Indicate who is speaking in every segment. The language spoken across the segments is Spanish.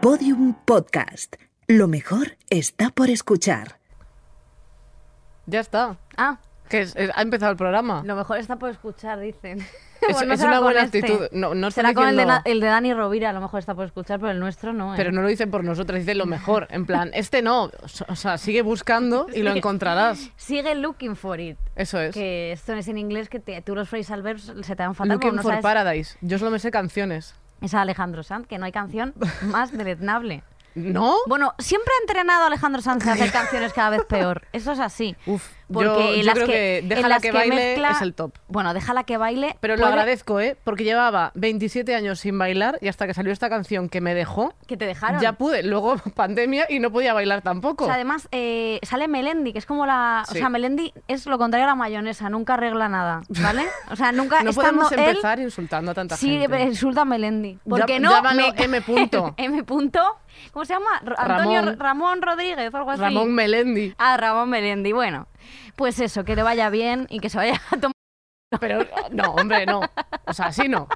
Speaker 1: Podium Podcast. Lo mejor está por escuchar.
Speaker 2: Ya está.
Speaker 3: Ah,
Speaker 2: Que es- es- ha empezado el programa.
Speaker 3: lo mejor está por escuchar, dicen.
Speaker 2: Es-
Speaker 3: Bueno, no
Speaker 2: es
Speaker 3: será
Speaker 2: una
Speaker 3: con
Speaker 2: buena
Speaker 3: este.
Speaker 2: actitud. No, no estoy
Speaker 3: será con el de,
Speaker 2: diciendo-
Speaker 3: Na- el de Dani Rovira, a lo mejor está por escuchar, pero el nuestro no. ¿eh?
Speaker 2: Pero no lo dicen por nosotros, dicen lo mejor. En plan, este no. O sea, sigue buscando y lo
Speaker 3: Sí.
Speaker 2: encontrarás.
Speaker 3: Sigue looking for it.
Speaker 2: Eso es.
Speaker 3: Que esto es en inglés que te- tú los phrases al ver se te dan fatal porque
Speaker 2: Looking
Speaker 3: no
Speaker 2: for
Speaker 3: sabes.
Speaker 2: Paradise. Yo solo me sé canciones.
Speaker 3: Es Alejandro Sanz, que no hay canción más deleznable.
Speaker 2: ¿No?
Speaker 3: Bueno, siempre ha entrenado a Alejandro Sanz a hacer canciones cada vez peor. Eso es así.
Speaker 2: Uf,
Speaker 3: Porque
Speaker 2: yo, yo
Speaker 3: las
Speaker 2: creo
Speaker 3: que-
Speaker 2: que,
Speaker 3: en
Speaker 2: Déjala
Speaker 3: las
Speaker 2: que
Speaker 3: que
Speaker 2: baile
Speaker 3: mezcla-
Speaker 2: es el top.
Speaker 3: Bueno, déjala que baile.
Speaker 2: Pero lo
Speaker 3: puede
Speaker 2: agradezco, ¿eh? Porque llevaba 27 años sin bailar y hasta que salió esta canción que me dejó,
Speaker 3: Que te dejaron.
Speaker 2: ya pude. Luego pandemia y no podía bailar tampoco.
Speaker 3: O sea, además, eh, sale Melendi, que es como la...
Speaker 2: Sí.
Speaker 3: O sea, Melendi es lo contrario a la mayonesa, nunca arregla nada, ¿vale? O sea, nunca
Speaker 2: no
Speaker 3: estando
Speaker 2: podemos
Speaker 3: él,
Speaker 2: empezar insultando a tanta
Speaker 3: Sí,
Speaker 2: gente.
Speaker 3: insulta a Melendi. Porque no...
Speaker 2: llámalo
Speaker 3: me-
Speaker 2: M punto.
Speaker 3: M punto. ¿Cómo se llama? R- Antonio
Speaker 2: Ramón.
Speaker 3: R- Ramón Rodríguez o algo así.
Speaker 2: Ramón Melendi.
Speaker 3: Ah, Ramón Melendi. Bueno, pues eso, que le vaya bien y que se vaya a tomar...
Speaker 2: Pero no, hombre, no. O sea, así no.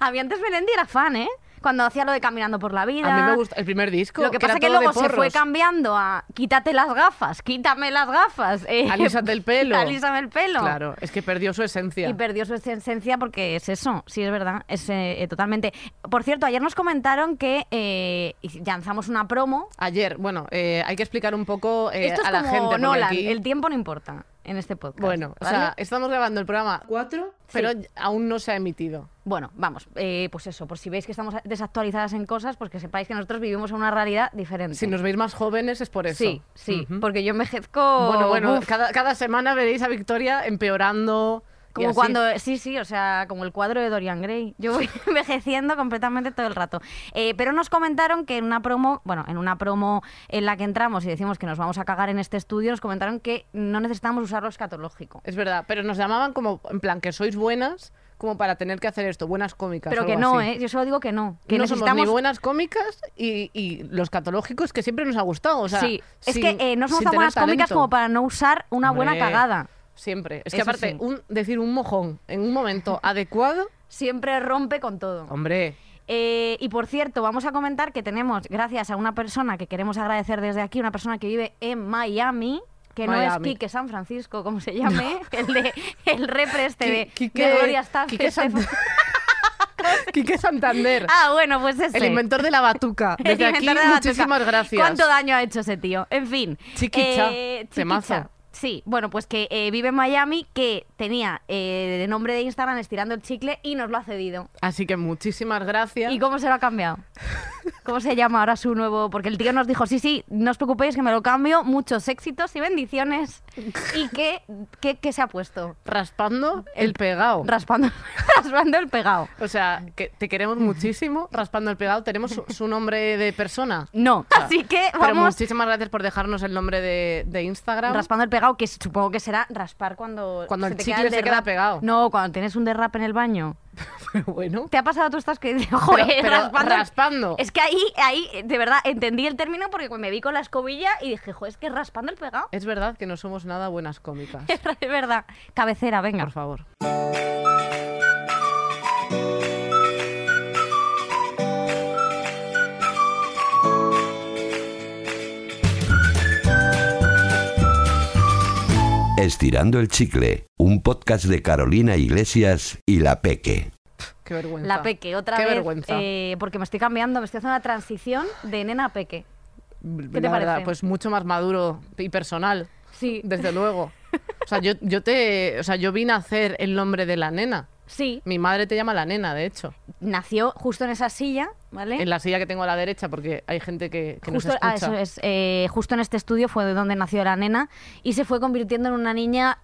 Speaker 3: A mí antes Melendi era fan, ¿eh? Cuando hacía lo de Caminando por la Vida.
Speaker 2: A mí me gusta el primer disco.
Speaker 3: Lo que
Speaker 2: era
Speaker 3: pasa es que
Speaker 2: todo de
Speaker 3: luego se fue
Speaker 2: porros.
Speaker 3: cambiando a quítate las gafas, quítame las gafas. eh,
Speaker 2: Alísate el pelo.
Speaker 3: Alísame el pelo.
Speaker 2: Claro, es que perdió su esencia.
Speaker 3: Y perdió su esencia porque es eso, sí, es verdad, es eh, totalmente. Por cierto, ayer nos comentaron que eh, lanzamos una promo.
Speaker 2: Ayer, bueno, eh, hay que explicar un poco eh,
Speaker 3: Esto es
Speaker 2: a la
Speaker 3: como
Speaker 2: gente. porque
Speaker 3: Nolan,
Speaker 2: aquí-
Speaker 3: el tiempo no importa en este podcast.
Speaker 2: Bueno, o
Speaker 3: ¿vale?
Speaker 2: sea, estamos grabando el programa 4, pero aún no se ha emitido.
Speaker 3: Bueno, vamos, eh, pues eso, por si veis que estamos desactualizadas en cosas, pues que sepáis que nosotros vivimos en una realidad diferente.
Speaker 2: Si nos veis más jóvenes es por eso.
Speaker 3: Sí, sí,
Speaker 2: Ujú.
Speaker 3: porque yo envejezco...
Speaker 2: Bueno, bueno,
Speaker 3: uf,
Speaker 2: cada, cada semana veréis a Victoria empeorando. y
Speaker 3: Como
Speaker 2: así.
Speaker 3: cuando, sí, sí, o sea, como el cuadro de Dorian Gray. Yo voy envejeciendo completamente todo el rato. Eh, pero nos comentaron que en una promo, bueno, en una promo en la que entramos y decimos que nos vamos a cagar en este estudio, nos comentaron que no necesitamos usarlo escatológico.
Speaker 2: Es verdad, pero nos llamaban como, en plan, que sois buenas, como para tener que hacer esto, buenas cómicas.
Speaker 3: Pero
Speaker 2: o
Speaker 3: que
Speaker 2: algo
Speaker 3: no,
Speaker 2: así.
Speaker 3: ¿eh? Yo solo digo que no. Que
Speaker 2: no
Speaker 3: necesitamos...
Speaker 2: somos ni buenas cómicas y, y los catológicos que siempre nos ha gustado. O sea,
Speaker 3: sí, es
Speaker 2: sin-
Speaker 3: que eh, no somos
Speaker 2: sin
Speaker 3: tan
Speaker 2: tener
Speaker 3: buenas cómicas
Speaker 2: talento.
Speaker 3: como para no usar una buena
Speaker 2: Hombre.
Speaker 3: cagada.
Speaker 2: Siempre. Es que
Speaker 3: Eso
Speaker 2: aparte,
Speaker 3: sí.
Speaker 2: un, decir un mojón en un momento adecuado.
Speaker 3: Siempre rompe con todo.
Speaker 2: Hombre,
Speaker 3: Eh, y por cierto, vamos a comentar que tenemos, gracias a una persona que queremos agradecer desde aquí, una persona que vive en Miami, que no es
Speaker 2: Miami.
Speaker 3: Quique San Francisco, como se llame, el de el repre este de,
Speaker 2: Qui- Quique-
Speaker 3: de Gloria Estefan.
Speaker 2: Quique Santander. Quique Santander,
Speaker 3: Ah, bueno, pues ese.
Speaker 2: el inventor de la batuca.
Speaker 3: El
Speaker 2: Desde aquí,
Speaker 3: inventor de la batuca.
Speaker 2: muchísimas gracias.
Speaker 3: ¿Cuánto daño ha hecho ese tío? En fin.
Speaker 2: Chiquicha,
Speaker 3: Eh, chiquicha.
Speaker 2: temazo.
Speaker 3: Sí, bueno, pues que eh, vive en Miami, que tenía eh, de nombre de Instagram estirando el chicle y nos lo ha cedido.
Speaker 2: Así que muchísimas gracias.
Speaker 3: ¿Y cómo se lo ha cambiado? ¿Cómo se llama ahora su nuevo? Porque el tío nos dijo, sí, sí, no os preocupéis que me lo cambio, muchos éxitos y bendiciones. ¿Y qué, qué, qué se ha puesto?
Speaker 2: Raspando el pegado.
Speaker 3: Raspando, raspando el pegado.
Speaker 2: O sea, que te queremos muchísimo. Raspando el pegado, tenemos su, su nombre de persona.
Speaker 3: No,
Speaker 2: sea,
Speaker 3: así que
Speaker 2: Ah, Pero
Speaker 3: vamos
Speaker 2: muchísimas gracias por dejarnos el nombre de, de Instagram.
Speaker 3: raspando el pegado, que supongo que será raspar cuando...
Speaker 2: Cuando
Speaker 3: se
Speaker 2: el
Speaker 3: te
Speaker 2: chicle se queda
Speaker 3: derrap-
Speaker 2: pegado.
Speaker 3: No, cuando tienes un derrape en el baño.
Speaker 2: Pero bueno.
Speaker 3: ¿Te ha pasado tú estás que dices, joder,
Speaker 2: Pero- pero
Speaker 3: raspando? el-
Speaker 2: raspando.
Speaker 3: Es que ahí, ahí, de verdad, entendí el término porque me vi con la escobilla y dije, joder, es que raspando el pegado.
Speaker 2: Es verdad que no somos nada buenas cómicas.
Speaker 3: Es verdad. Cabecera, venga.
Speaker 2: Por favor.
Speaker 4: Estirando el chicle, un podcast de Carolina Iglesias y La Peque.
Speaker 2: Qué vergüenza.
Speaker 3: La peque, otra
Speaker 2: Qué
Speaker 3: vez.
Speaker 2: vergüenza.
Speaker 3: eh, porque me estoy cambiando, me estoy haciendo una transición de nena a peque.
Speaker 2: ¿Qué
Speaker 3: te parece?
Speaker 2: pues mucho más maduro y personal,
Speaker 3: Sí,
Speaker 2: desde luego. O sea, yo, yo te, o sea, yo vi nacer el nombre de la nena.
Speaker 3: sí.
Speaker 2: Mi madre te llama la nena, de hecho.
Speaker 3: Nació justo en esa silla, ¿vale?
Speaker 2: En la silla que tengo a la derecha, porque hay gente que, que nos
Speaker 3: ¿Eh? justo,
Speaker 2: escucha.
Speaker 3: ah, eso es. eh, justo en este estudio fue de donde nació la nena y se fue convirtiendo en una niña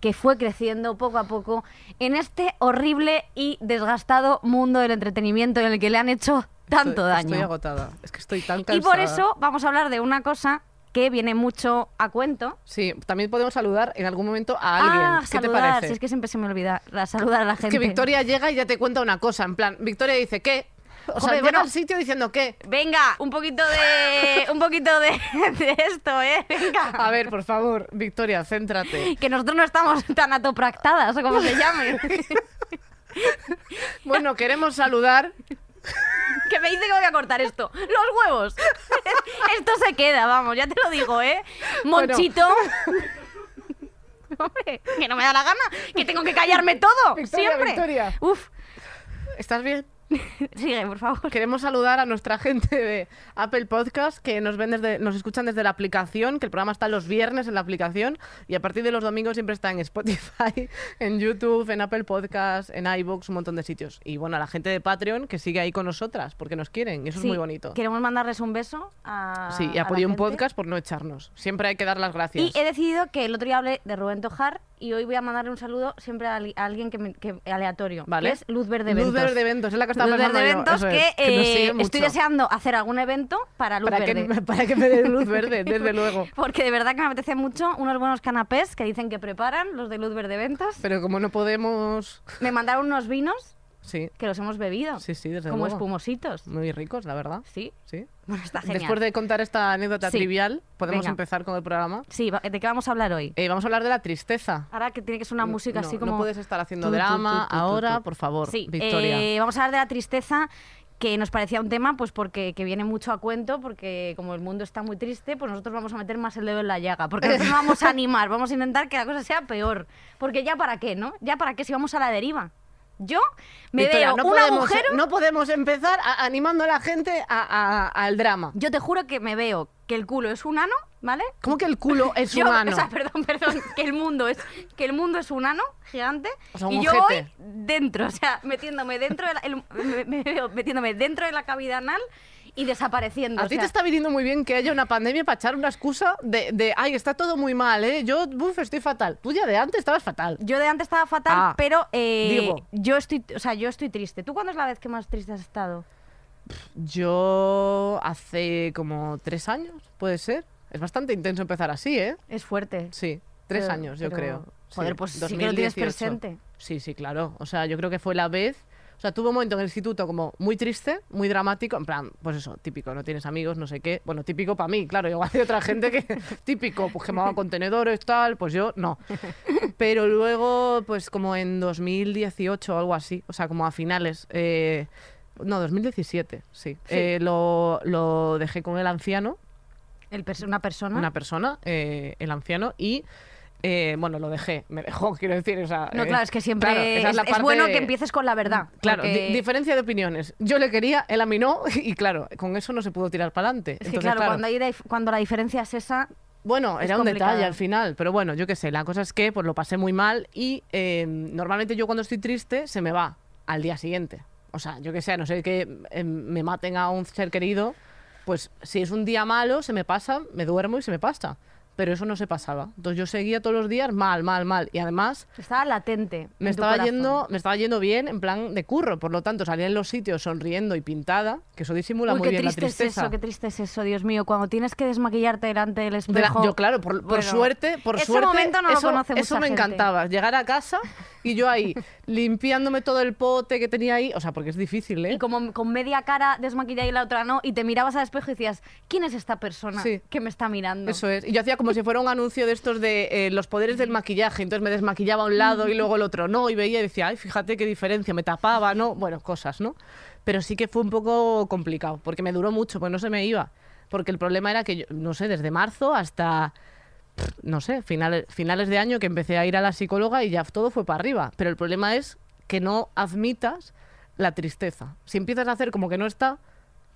Speaker 3: que fue creciendo poco a poco en este horrible y desgastado mundo del entretenimiento en el que le han hecho tanto
Speaker 2: Estoy-
Speaker 3: daño.
Speaker 2: Estoy agotada. Es que estoy tan cansada.
Speaker 3: y por eso vamos a hablar de una cosa que viene mucho a cuento,
Speaker 2: Sí, también podemos saludar en algún momento a alguien.
Speaker 3: Ah,
Speaker 2: ¿Qué
Speaker 3: saludar.
Speaker 2: te parece?
Speaker 3: Si es que siempre se me olvida la saludar a la
Speaker 2: Es que
Speaker 3: gente.
Speaker 2: Victoria llega y ya te cuenta una cosa. En plan, Victoria dice, ¿qué? O sea,
Speaker 3: Joder,
Speaker 2: llega
Speaker 3: bueno.
Speaker 2: al sitio diciendo, ¿qué?
Speaker 3: Venga, un poquito de un poquito de, de esto, ¿eh? Venga.
Speaker 2: A ver, por favor, Victoria, céntrate.
Speaker 3: Que nosotros no estamos tan atopractadas o como se llame.
Speaker 2: Bueno, queremos saludar
Speaker 3: que me dice que voy a cortar esto. Los huevos. esto se queda, vamos, ya te lo digo, ¿eh? Monchito. Hombre, que no me da la gana, que tengo que callarme todo,
Speaker 2: Victoria,
Speaker 3: siempre.
Speaker 2: Victoria.
Speaker 3: Uf,
Speaker 2: ¿Estás bien?
Speaker 3: sigue, por favor.
Speaker 2: Queremos saludar a nuestra gente de Apple Podcast que nos ven desde, nos escuchan desde la aplicación, que el programa está los viernes en la aplicación y a partir de los domingos siempre está en Spotify, en YouTube, en Apple Podcast, en iBox, un montón de sitios. Y bueno, a la gente de Patreon que sigue ahí con nosotras porque nos quieren y eso
Speaker 3: Sí,
Speaker 2: es muy bonito.
Speaker 3: Queremos mandarles un beso a.
Speaker 2: Sí, y
Speaker 3: a
Speaker 2: a
Speaker 3: la
Speaker 2: Podium
Speaker 3: gente.
Speaker 2: Podcast por no echarnos. Siempre hay que dar las gracias.
Speaker 3: Y he decidido que el otro día hablé de Rubén Tojar y hoy voy a mandarle un saludo siempre a, ali- a alguien que, me- que- aleatorio.
Speaker 2: ¿Vale?
Speaker 3: Que es Luz Verde
Speaker 2: Luz
Speaker 3: Ventos.
Speaker 2: Verde Eventos, es la que estaba
Speaker 3: Luz
Speaker 2: pensando
Speaker 3: Verde
Speaker 2: yo,
Speaker 3: Ventos,
Speaker 2: eso
Speaker 3: que,
Speaker 2: es, que nos sigue
Speaker 3: eh, estoy
Speaker 2: mucho.
Speaker 3: deseando hacer algún evento para Luz
Speaker 2: para, que,
Speaker 3: Verde.
Speaker 2: me- para que me den luz verde, desde luego.
Speaker 3: Porque de verdad que me apetece mucho unos buenos canapés que dicen que preparan los de Luz Verde Ventos.
Speaker 2: Pero como no podemos...
Speaker 3: Me mandaron unos vinos
Speaker 2: Sí,
Speaker 3: que los hemos bebido.
Speaker 2: sí, sí, desde
Speaker 3: como
Speaker 2: luego.
Speaker 3: espumositos.
Speaker 2: Muy ricos, la verdad.
Speaker 3: Sí.
Speaker 2: Sí.
Speaker 3: Bueno, está genial.
Speaker 2: Después de contar esta anécdota
Speaker 3: Sí.
Speaker 2: trivial, podemos
Speaker 3: Venga.
Speaker 2: empezar con el programa.
Speaker 3: Sí, va- ¿de qué vamos a hablar hoy?
Speaker 2: Eh, vamos a hablar de la tristeza.
Speaker 3: Ahora que tiene que ser una música
Speaker 2: no,
Speaker 3: así como...
Speaker 2: No puedes estar haciendo
Speaker 3: Tu, tu,
Speaker 2: drama
Speaker 3: tu, tu, tu,
Speaker 2: ahora,
Speaker 3: tu.
Speaker 2: por favor,
Speaker 3: Sí,
Speaker 2: Victoria.
Speaker 3: eh, vamos a hablar de la tristeza que nos parecía un tema pues porque que viene mucho a cuento porque como el mundo está muy triste pues nosotros vamos a meter más el dedo en la llaga porque nosotros no vamos a animar vamos a intentar que la cosa sea peor porque ya para qué no ya para qué si vamos a la deriva yo me
Speaker 2: Victoria,
Speaker 3: veo
Speaker 2: no
Speaker 3: un
Speaker 2: podemos,
Speaker 3: agujero
Speaker 2: No podemos empezar a- animando a la gente a- a- al drama.
Speaker 3: yo te juro que me veo que el culo es un ano vale
Speaker 2: ¿Cómo que el culo es
Speaker 3: Yo-
Speaker 2: humano?
Speaker 3: O sea, perdón, perdón, que el mundo es que el mundo es un ano gigante
Speaker 2: O sea, un
Speaker 3: y yo
Speaker 2: ojete.
Speaker 3: voy dentro, o sea, metiéndome dentro de la, el- me- me veo metiéndome dentro de la cavidad anal y desapareciendo.
Speaker 2: a
Speaker 3: o
Speaker 2: ti te
Speaker 3: sea,
Speaker 2: está viniendo muy bien que haya una pandemia para echar una excusa de, de, ay, está todo muy mal, ¿eh? Yo, buf, estoy fatal. Tú ya de antes estabas fatal.
Speaker 3: Yo de antes estaba fatal,
Speaker 2: Ah,
Speaker 3: pero eh,
Speaker 2: digo.
Speaker 3: yo estoy, o sea, yo estoy triste. ¿Tú cuándo es la vez que más triste has estado?
Speaker 2: Yo hace como tres años, puede ser. Es bastante intenso empezar así, ¿eh?
Speaker 3: Es fuerte.
Speaker 2: Sí, tres
Speaker 3: Pero-
Speaker 2: años, yo
Speaker 3: pero-
Speaker 2: creo.
Speaker 3: joder,
Speaker 2: Sí,
Speaker 3: pues sí que lo tienes
Speaker 2: 2018.
Speaker 3: presente.
Speaker 2: Sí, sí, claro. O sea, yo creo que fue la vez. O sea, tuve un momento en el instituto como muy triste, muy dramático, en plan, pues eso, típico, no tienes amigos, no sé qué. Bueno, típico para mí, claro, igual hay otra gente que típico, pues quemaba contenedores, tal, pues yo no. Pero luego, pues como en 2018 o algo así, o sea, como a finales, eh, no, 2017, sí, Eh, lo, lo dejé con el anciano,
Speaker 3: El pers- una persona.
Speaker 2: una persona, eh, el anciano, y eh, bueno, lo dejé, me dejó, quiero decir. O sea,
Speaker 3: no,
Speaker 2: eh,
Speaker 3: claro, es que siempre
Speaker 2: claro, esa
Speaker 3: es,
Speaker 2: la
Speaker 3: es
Speaker 2: parte- Mm,
Speaker 3: bueno que empieces con la verdad.
Speaker 2: Claro,
Speaker 3: porque-
Speaker 2: di- diferencia de opiniones. Yo le quería, él a mí no, y claro, con eso no se pudo tirar para adelante.
Speaker 3: es que claro, Cuando, hay dif- cuando la diferencia es esa,
Speaker 2: Bueno,
Speaker 3: Es
Speaker 2: era un
Speaker 3: complicado.
Speaker 2: detalle al final, pero bueno, yo qué sé, la cosa es que pues lo pasé muy mal y eh, normalmente yo cuando estoy triste se me va al día siguiente. O sea, yo qué sé, a no sé que eh, me maten a un ser querido, pues si es un día malo se me pasa, me duermo y se me pasa. Pero eso no se pasaba. Entonces yo seguía todos los días mal, mal, mal. Y además
Speaker 3: estaba latente.
Speaker 2: me
Speaker 3: en tu
Speaker 2: estaba
Speaker 3: corazón.
Speaker 2: yendo me estaba yendo bien en plan de curro por lo tanto salía en los sitios sonriendo y pintada que eso disimula
Speaker 3: Uy,
Speaker 2: muy
Speaker 3: qué
Speaker 2: bien la
Speaker 3: triste es
Speaker 2: tristeza
Speaker 3: eso, qué triste es eso, Dios mío. Cuando tienes que desmaquillarte delante del
Speaker 2: De la-
Speaker 3: espejo.
Speaker 2: yo claro por, por
Speaker 3: Bueno,
Speaker 2: suerte por
Speaker 3: ese
Speaker 2: suerte
Speaker 3: momento no lo
Speaker 2: eso,
Speaker 3: conoce
Speaker 2: eso
Speaker 3: mucha
Speaker 2: me
Speaker 3: gente.
Speaker 2: encantaba ¿eh? llegar a casa y yo ahí limpiándome todo el pote que tenía ahí o sea porque es difícil eh
Speaker 3: Y como con media cara desmaquillada y la otra no, y te mirabas al espejo y decías, ¿quién es esta persona
Speaker 2: Sí.
Speaker 3: que me está mirando?
Speaker 2: Eso es. Y yo hacía como si fuera un anuncio de estos de eh, los poderes del maquillaje. Entonces me desmaquillaba un lado y luego el otro no. Y veía y decía, ay, fíjate qué diferencia, me tapaba, ¿no? Bueno, cosas, ¿no? Pero sí que fue un poco complicado, porque me duró mucho, pues no se me iba. Porque el problema era que, yo, no sé, desde marzo hasta, pff, no sé, finales, finales de año que empecé a ir a la psicóloga y ya todo fue para arriba. Pero el problema es que no admitas la tristeza. Si empiezas a hacer como que no está...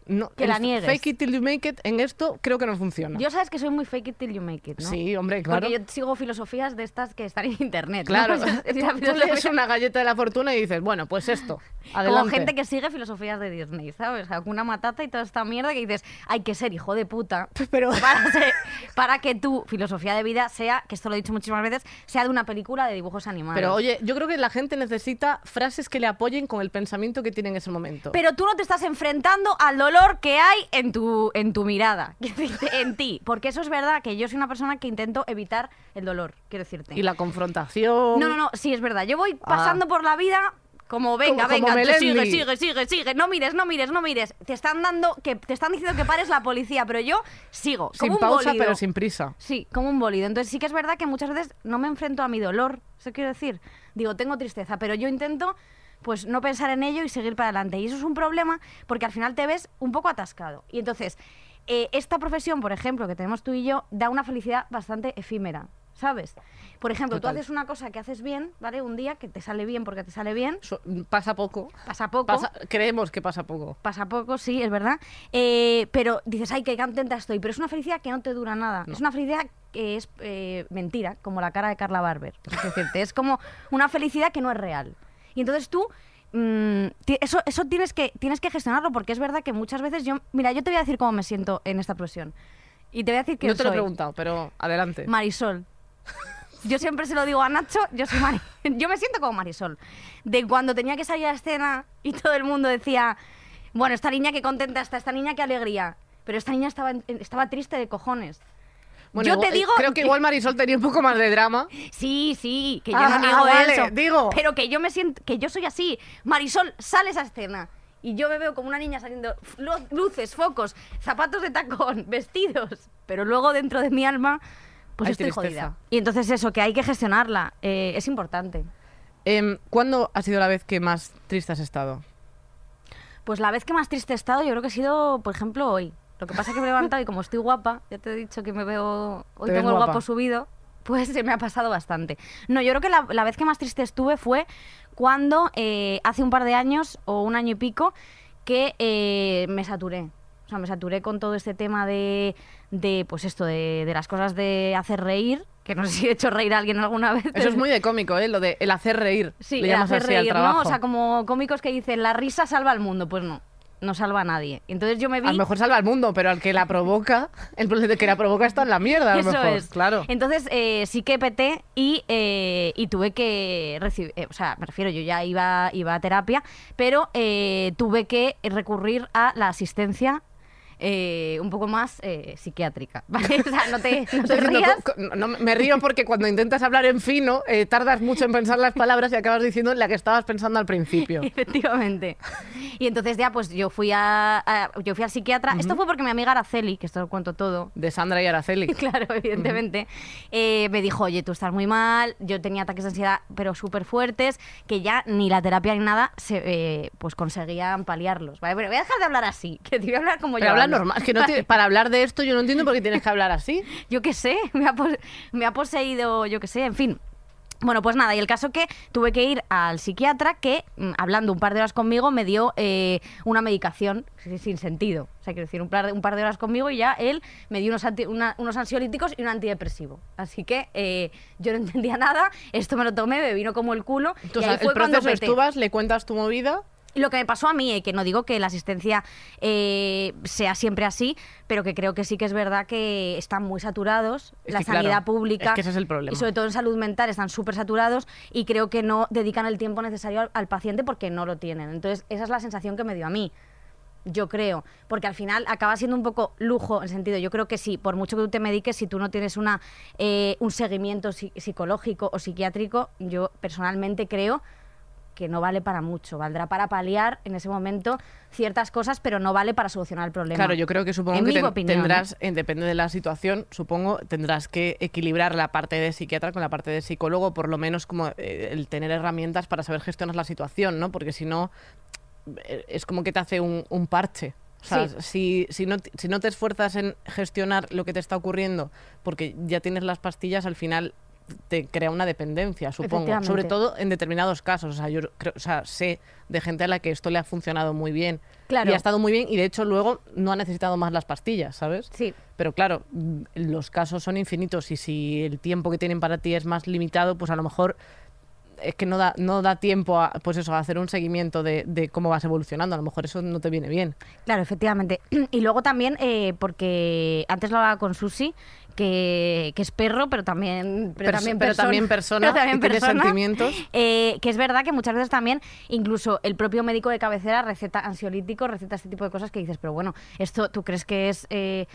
Speaker 2: No,
Speaker 3: Que
Speaker 2: el
Speaker 3: la niegues.
Speaker 2: Fake it till you make it, en esto creo que no funciona.
Speaker 3: Yo sabes que soy muy fake it till you make it, ¿no?
Speaker 2: Sí, hombre, claro.
Speaker 3: Porque yo sigo filosofías de estas que están en internet. ¿no?
Speaker 2: Claro,
Speaker 3: O
Speaker 2: tú,
Speaker 3: sea, esa
Speaker 2: tú
Speaker 3: filosofía-
Speaker 2: lees una galleta de la fortuna y dices, bueno, pues esto, adelante.
Speaker 3: Como gente que sigue filosofías de Disney, ¿sabes? Alguna matata y toda esta mierda que dices, hay que ser hijo de puta
Speaker 2: Pero
Speaker 3: para, ser- para que tu filosofía de vida sea, que esto lo he dicho muchísimas veces, sea de una película de dibujos animados.
Speaker 2: Pero oye, yo creo que la gente necesita frases que le apoyen con el pensamiento que tiene en ese momento.
Speaker 3: Pero tú no te estás enfrentando al dolor que hay en tu, en tu mirada, quiero decirte, en ti. Porque eso es verdad, que yo soy una persona que intento evitar el dolor, quiero decirte.
Speaker 2: y la confrontación.
Speaker 3: No, no, no, sí, es verdad. Yo voy pasando por la vida como, venga,
Speaker 2: Como- como
Speaker 3: venga, tú sigue,
Speaker 2: Melendi.
Speaker 3: sigue, sigue, sigue. No mires, no mires, no mires. Te están dando, que te están diciendo que pares la policía, pero yo sigo.
Speaker 2: Sin
Speaker 3: como un
Speaker 2: pausa,
Speaker 3: bólido.
Speaker 2: pero sin prisa.
Speaker 3: Sí, como un bólido. Entonces sí que es verdad que muchas veces no me enfrento a mi dolor, eso quiero decir. Digo, tengo tristeza, pero yo intento pues no pensar en ello y seguir para adelante. Y eso es un problema porque al final te ves un poco atascado. Y entonces, eh, esta profesión, por ejemplo, que tenemos tú y yo, da una felicidad bastante efímera. ¿Sabes? Por ejemplo,
Speaker 2: Total.
Speaker 3: tú haces una cosa que haces bien, ¿vale? Un día que te sale bien porque te sale bien,
Speaker 2: So- pasa poco.
Speaker 3: pasa poco.
Speaker 2: Pasa- creemos que pasa poco.
Speaker 3: pasa poco, sí, es verdad. Eh, pero dices, ay, qué contenta estoy. Pero es una felicidad que no te dura nada.
Speaker 2: No.
Speaker 3: Es una felicidad que es eh, mentira, como la cara de Carla Barber. Es decirte, es como una felicidad que no es real. Y entonces tú. mm, ti- eso eso tienes, que, tienes que gestionarlo porque es verdad que muchas veces yo. Mira, yo te voy a decir cómo me siento en esta profesión. Y te voy a decir que
Speaker 2: No te lo he
Speaker 3: soy
Speaker 2: preguntado, pero adelante.
Speaker 3: Marisol. Yo siempre se lo digo a Nacho, yo soy Mari- yo me siento como Marisol. De cuando tenía que salir a escena y todo el mundo decía, bueno, esta niña qué contenta está, esta niña qué alegría. Pero esta niña estaba, en- estaba triste de cojones. yo
Speaker 2: igual- eh,
Speaker 3: te digo...
Speaker 2: Creo que igual Marisol tenía un poco más de drama.
Speaker 3: Sí, sí, que yo
Speaker 2: Ah,
Speaker 3: no digo
Speaker 2: vale,
Speaker 3: eso.
Speaker 2: digo.
Speaker 3: Pero que yo me siento, que yo soy así. Marisol, sale esa escena. Y yo me veo como una niña saliendo f- lu- luces, focos, zapatos de tacón, vestidos. Pero luego dentro de mi alma, pues
Speaker 2: Hay
Speaker 3: estoy
Speaker 2: tristeza.
Speaker 3: jodida. Y entonces eso, que hay que gestionarla, eh, es importante.
Speaker 2: Em, ¿Cuándo ha sido la vez que más triste has estado?
Speaker 3: Pues la vez que más triste he estado, yo creo que ha sido, por ejemplo, hoy. Lo que pasa es que me he levantado y como estoy guapa, ya te he dicho que me veo, hoy
Speaker 2: Te ves
Speaker 3: tengo el
Speaker 2: guapa.
Speaker 3: guapo subido, pues se me ha pasado bastante. No, yo creo que la, la vez que más triste estuve fue cuando eh, hace un par de años o un año y pico que eh, me saturé. O sea, me saturé con todo este tema de, de pues esto, de, de las cosas de hacer reír, que no sé si he hecho reír a alguien alguna vez.
Speaker 2: Eso
Speaker 3: pero-
Speaker 2: es muy de cómico, ¿eh? Lo de el hacer reír.
Speaker 3: Sí,
Speaker 2: Le
Speaker 3: el
Speaker 2: llamas
Speaker 3: hacer
Speaker 2: así al
Speaker 3: reír,
Speaker 2: trabajo.
Speaker 3: ¿no? O sea, como cómicos que dicen, la risa salva al mundo. Pues no, no salva a nadie. Entonces yo me vi...
Speaker 2: A lo mejor salva al mundo, pero al que la provoca, el problema de que la provoca está en la mierda, a lo
Speaker 3: Eso
Speaker 2: mejor.
Speaker 3: es.
Speaker 2: Claro.
Speaker 3: Entonces eh, sí que peté y, eh, y tuve que recibir, eh, o sea, me refiero, yo ya iba, iba a terapia, pero eh, tuve que recurrir a la asistencia eh, un poco más eh, psiquiátrica, ¿vale? O sea, no te,
Speaker 2: Estoy
Speaker 3: no te
Speaker 2: diciendo,
Speaker 3: rías.
Speaker 2: co- co- no, me río porque cuando intentas hablar en fino, eh, tardas mucho en pensar las palabras y acabas diciendo la que estabas pensando al principio.
Speaker 3: Efectivamente. Y entonces ya pues yo fui a, a- yo fui al psiquiatra. Esto fue porque mi amiga Araceli, que esto lo cuento todo,
Speaker 2: De Sandra y Araceli.
Speaker 3: Claro, evidentemente. Eh, me dijo, oye, tú estás muy mal, yo tenía ataques de ansiedad, pero súper fuertes, que ya ni la terapia ni nada se, eh, pues conseguían paliarlos. Vale, pero voy a dejar de hablar así, que te voy a hablar como
Speaker 2: Pero
Speaker 3: yo.
Speaker 2: habla
Speaker 3: hablo.
Speaker 2: normal. Es que no tiene- para hablar de esto yo no entiendo por qué tienes que hablar así.
Speaker 3: Yo qué sé, me ha, pos- me ha poseído, yo qué sé, en fin. Bueno, pues nada, y el caso que tuve que ir al psiquiatra que, mm, hablando un par de horas conmigo, me dio eh, una medicación sin- sin sentido. O sea, quiero decir, un par, de, un par de horas conmigo y ya él me dio unos, anti- una- unos ansiolíticos y un antidepresivo. Así que eh, yo no entendía nada, esto me lo tomé, me vino como el culo.
Speaker 2: Tú, o
Speaker 3: y
Speaker 2: sea,
Speaker 3: ahí fue
Speaker 2: el
Speaker 3: cuando
Speaker 2: proceso es
Speaker 3: peté.
Speaker 2: tú vas, le cuentas tu movida.
Speaker 3: Y Lo que me pasó a mí, eh, que no digo que la asistencia eh, sea siempre así, pero que creo que sí que es verdad que están muy saturados,
Speaker 2: Es
Speaker 3: la
Speaker 2: que,
Speaker 3: sanidad
Speaker 2: claro,
Speaker 3: pública
Speaker 2: es que ese es el problema.
Speaker 3: y sobre todo en salud mental están súper saturados y creo que no dedican el tiempo necesario al, al paciente porque no lo tienen. Entonces esa es la sensación que me dio a mí. Yo creo, porque al final acaba siendo un poco lujo en sentido. Yo creo que sí, por mucho que tú te mediques, si tú no tienes una, eh, un seguimiento psi- psicológico o psiquiátrico, yo personalmente creo que no vale para mucho. Valdrá para paliar en ese momento ciertas cosas, pero no vale para solucionar el problema.
Speaker 2: Claro, yo creo que supongo
Speaker 3: En
Speaker 2: que
Speaker 3: mi
Speaker 2: ten-
Speaker 3: opinión,
Speaker 2: tendrás, eh, depende de la situación, supongo, tendrás que equilibrar la parte de psiquiatra con la parte de psicólogo, por lo menos como eh, el tener herramientas para saber gestionar la situación, ¿no? Porque si no, eh, es como que te hace un, un parche. O sea, si, si, no, t- si no te esfuerzas en gestionar lo que te está ocurriendo, porque ya tienes las pastillas, al final te crea una dependencia, supongo. Sobre
Speaker 3: Efectivamente.
Speaker 2: todo en determinados casos. O sea, yo creo- o sea, sé de gente a la que esto le ha funcionado muy bien.
Speaker 3: Claro.
Speaker 2: Y ha estado muy bien y de hecho luego no ha necesitado más las pastillas, ¿sabes?
Speaker 3: Sí.
Speaker 2: Pero claro, mm, los casos son infinitos y si el tiempo que tienen para ti es más limitado, pues a lo mejor es que no da, no da tiempo a, pues eso, a hacer un seguimiento de, de cómo vas evolucionando. A lo mejor eso no te viene bien.
Speaker 3: Claro, efectivamente. Y luego también, eh, porque antes lo hablaba con Susi, que, que es perro, pero también, pero
Speaker 2: Perso-
Speaker 3: también
Speaker 2: pero
Speaker 3: persona.
Speaker 2: también persona, y tiene sentimientos.
Speaker 3: Eh, que es verdad que muchas veces también, incluso el propio médico de cabecera receta ansiolíticos, receta este tipo de cosas que dices, pero bueno, esto tú crees que es... eh,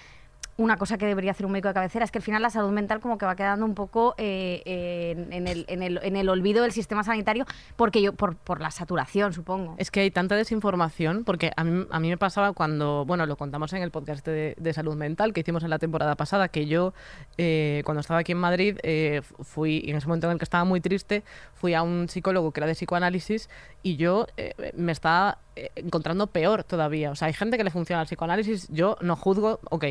Speaker 3: una cosa que debería hacer un médico de cabecera. Es que al final la salud mental como que va quedando un poco eh, eh, en, en el, en el- en el olvido del sistema sanitario porque yo por, por la saturación, supongo.
Speaker 2: Es que hay tanta desinformación, porque a mí, a mí me pasaba cuando, bueno, lo contamos en el podcast de, de salud mental que hicimos en la temporada pasada, que yo, eh, cuando estaba aquí en Madrid, eh, f- fui, y en ese momento en el que estaba muy triste, fui a un psicólogo que era de psicoanálisis y yo eh, me estaba eh, encontrando peor todavía. O sea, hay gente que le funciona el psicoanálisis, yo no juzgo, ok,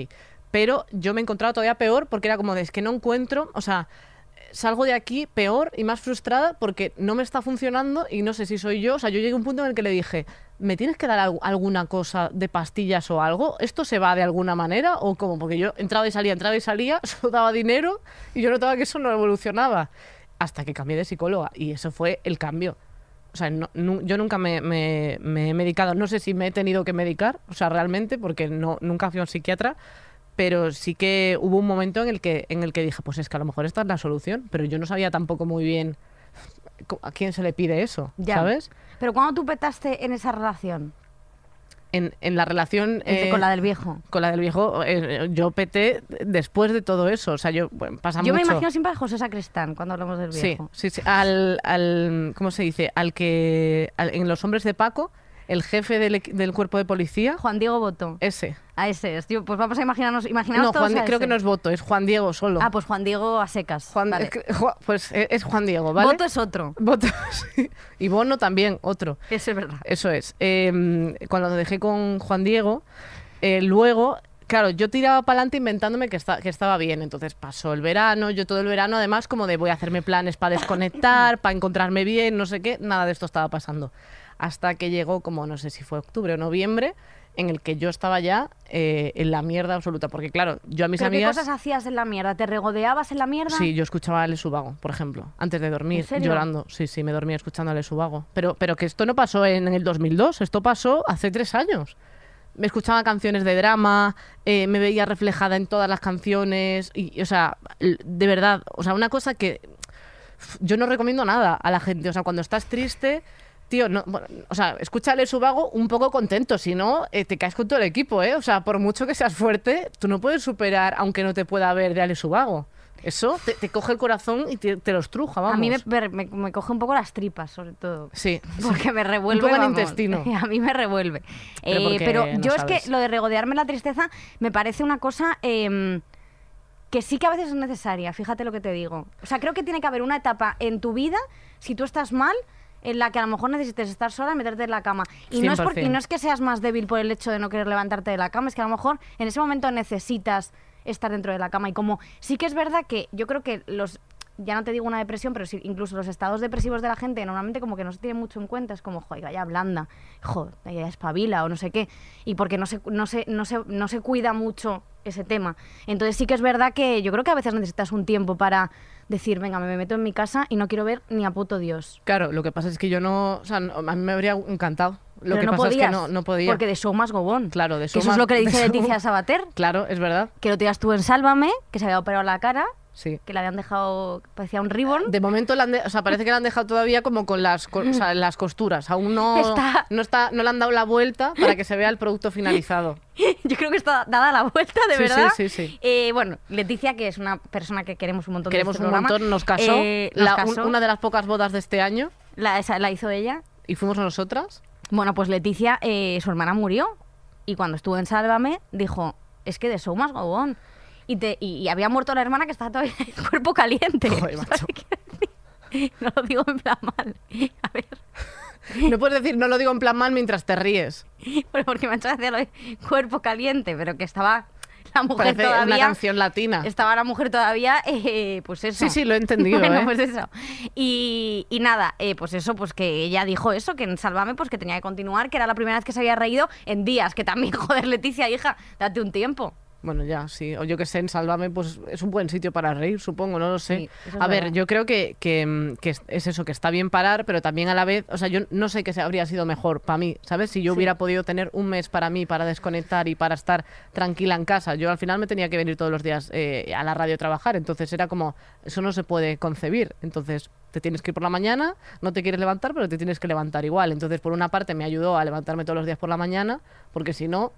Speaker 2: pero yo me encontraba todavía peor porque era como de, es que no encuentro, o sea, salgo de aquí peor y más frustrada porque no me está funcionando y no sé si soy yo. O sea, yo llegué a un punto en el que le dije, ¿me tienes que dar al- alguna cosa de pastillas o algo? ¿Esto se va de alguna manera o cómo? Porque yo entraba y salía, entraba y salía, daba dinero y yo notaba que eso no evolucionaba. Hasta que cambié de psicóloga y eso fue el cambio. O sea, no- nu- yo nunca me, me- me he medicado, no sé si me he tenido que medicar, o sea, realmente, porque no, nunca fui a un psiquiatra, pero sí que hubo un momento en el que en el que dije, pues es que a lo mejor esta es la solución, pero yo no sabía tampoco muy bien co- a quién se le pide eso,
Speaker 3: Ya.
Speaker 2: ¿sabes?
Speaker 3: Pero cuando tú petaste en esa relación
Speaker 2: En, en la relación
Speaker 3: entre-
Speaker 2: eh,
Speaker 3: con la del viejo.
Speaker 2: con la del viejo, eh, yo peté después de todo eso, o sea, yo bueno, pasa
Speaker 3: Yo me
Speaker 2: mucho.
Speaker 3: imagino siempre a José Sacristán cuando hablamos del
Speaker 2: sí,
Speaker 3: viejo.
Speaker 2: sí, sí, al, al ¿cómo se dice? Al que al- en los hombres de Paco, el jefe del, equi- del cuerpo de policía,
Speaker 3: Juan Diego Boto.
Speaker 2: ese.
Speaker 3: A ese es, tío. Pues vamos a imaginarnos. imaginaos
Speaker 2: Eh. No,
Speaker 3: todos
Speaker 2: Juan, Di-
Speaker 3: a
Speaker 2: creo
Speaker 3: ese.
Speaker 2: que no es voto, es Juan Diego solo.
Speaker 3: Ah, pues Juan Diego a secas.
Speaker 2: Juan,
Speaker 3: Vale.
Speaker 2: es que- Ju- pues eh, es Juan Diego, ¿vale?
Speaker 3: Boto es otro.
Speaker 2: Voto, sí. Y Bono también, otro.
Speaker 3: Eso es verdad.
Speaker 2: Eso es. Eh, cuando lo dejé con Juan Diego, eh, luego, claro, yo tiraba para adelante inventándome que, esta- que estaba bien. Entonces pasó el verano, yo todo el verano, además, como de voy a hacerme planes para desconectar, para encontrarme bien, no sé qué, nada de esto estaba pasando. Hasta que llegó, como no sé si fue octubre o noviembre, en el que yo estaba ya eh, en la mierda absoluta. Porque, claro, yo a mis
Speaker 3: ¿Pero qué
Speaker 2: amigas.
Speaker 3: cosas hacías en la mierda? ¿Te regodeabas en la mierda?
Speaker 2: Sí, yo escuchaba a Ale Subago, por ejemplo, antes de dormir,
Speaker 3: ¿En serio?
Speaker 2: llorando. Sí, sí, me dormía escuchando a Ale Subago. Pero, pero que esto no pasó en el 2002, esto pasó hace tres años. Me escuchaba canciones de drama, eh, me veía reflejada en todas las canciones, y, y, o sea, l- de verdad, o sea, una cosa que f- yo no recomiendo nada a la gente, o sea, cuando estás triste, tío, no, bueno, o sea, escucha a Ale Subago un poco contento, si no, eh, te caes con todo el equipo, ¿eh? O sea, por mucho que seas fuerte, tú no puedes superar, aunque no te pueda ver de Ale Subago. Eso te, te coge el corazón y te, te lo estruja, vamos.
Speaker 3: A mí me, me- me coge un poco las tripas, sobre todo.
Speaker 2: Sí.
Speaker 3: Porque me revuelve.
Speaker 2: Un poco el
Speaker 3: vamos.
Speaker 2: intestino.
Speaker 3: A mí me revuelve.
Speaker 2: Pero
Speaker 3: Eh,
Speaker 2: porque
Speaker 3: pero
Speaker 2: no
Speaker 3: yo es
Speaker 2: sabes.
Speaker 3: que lo de regodearme en la tristeza me parece una cosa eh, que sí que a veces es necesaria, fíjate lo que te digo. O sea, creo que tiene que haber una etapa en tu vida, si tú estás mal, en la que a lo mejor necesites estar sola y meterte en la cama. Y no, es porque, y
Speaker 2: 100%.
Speaker 3: no es que seas más débil por el hecho de no querer levantarte de la cama, es que a lo mejor en ese momento necesitas estar dentro de la cama. Y como sí que es verdad que yo creo que los, ya no te digo una depresión, pero sí, incluso los estados depresivos de la gente normalmente como que no se tienen mucho en cuenta, es como, joder, ya blanda, joder, ya espabila o no sé qué, y porque no se, no, se, no, se, no se cuida mucho ese tema. Entonces sí que es verdad que yo creo que a veces necesitas un tiempo para decir, venga, me meto en mi casa y no quiero ver ni a puto Dios.
Speaker 2: Claro, lo que pasa es que yo no, o sea, no- a mí me habría encantado. Lo
Speaker 3: Pero
Speaker 2: que
Speaker 3: no
Speaker 2: pasa
Speaker 3: podías,
Speaker 2: es que no, no podía.
Speaker 3: Porque de show más gobón.
Speaker 2: Claro, de
Speaker 3: Que
Speaker 2: show
Speaker 3: Eso
Speaker 2: más-
Speaker 3: es lo que le
Speaker 2: de
Speaker 3: dice
Speaker 2: show-
Speaker 3: Leticia Sabater,
Speaker 2: Claro, es verdad.
Speaker 3: que lo tiras tú en Sálvame, que se había operado la cara,
Speaker 2: Sí.
Speaker 3: que le habían dejado, parecía un ribbon.
Speaker 2: De momento la han de- o sea, parece que la han dejado todavía como con las, co- o sea, las costuras. Aún no,
Speaker 3: Está-
Speaker 2: no está, no le han dado la vuelta para que se vea el producto finalizado.
Speaker 3: Yo creo que está dada la vuelta,
Speaker 2: Sí,
Speaker 3: de
Speaker 2: sí,
Speaker 3: verdad.
Speaker 2: sí, sí.
Speaker 3: Eh, bueno, Leticia, que es una persona que queremos un montón
Speaker 2: Queremos
Speaker 3: de este
Speaker 2: un
Speaker 3: programa,
Speaker 2: montón, nos casó.
Speaker 3: eh, nos
Speaker 2: La- un-
Speaker 3: casó.
Speaker 2: una de las pocas bodas de este año
Speaker 3: La- esa la hizo ella.
Speaker 2: y fuimos nosotras.
Speaker 3: Bueno, pues Leticia, eh, su hermana murió y cuando estuvo en Sálvame dijo, es que de show más gobón. Y, te- y, y había muerto la hermana que estaba todavía el cuerpo caliente.
Speaker 2: Joder,
Speaker 3: ¿sabes
Speaker 2: macho.
Speaker 3: qué quiero decir? No lo digo en plan mal. A ver,
Speaker 2: No puedes decir, no lo digo en plan mal mientras te ríes.
Speaker 3: pero porque me ha hecho gracia lo de cuerpo caliente, pero que estaba la mujer
Speaker 2: Parece
Speaker 3: todavía...
Speaker 2: una canción latina.
Speaker 3: Estaba la mujer todavía, eh, pues eso.
Speaker 2: Sí, sí, lo he entendido.
Speaker 3: bueno,
Speaker 2: ¿eh?
Speaker 3: pues eso. Y, y nada, eh, pues eso, pues que ella dijo eso, que en Sálvame, pues que tenía que continuar, que era la primera vez que se había reído en días, que también, joder, Leticia, hija, date un tiempo.
Speaker 2: Bueno, ya, sí. O yo que sé, en Sálvame, pues es un buen sitio para reír, supongo, no lo sé.
Speaker 3: Sí, eso es
Speaker 2: a ver,
Speaker 3: verdad.
Speaker 2: yo creo que, que, mm, que es- es eso, que está bien parar, pero también a la vez, o sea, yo no sé qué se- habría sido mejor para mí, ¿sabes? Si yo hubiera podido tener un mes para mí, para desconectar y para estar tranquila en casa. Yo al final me tenía que venir todos los días eh, a la radio a trabajar, entonces era como, eso no se puede concebir. Entonces, te tienes que ir por la mañana, no te quieres levantar, pero te tienes que levantar igual. Entonces, por una parte, me ayudó a levantarme todos los días por la mañana, porque si no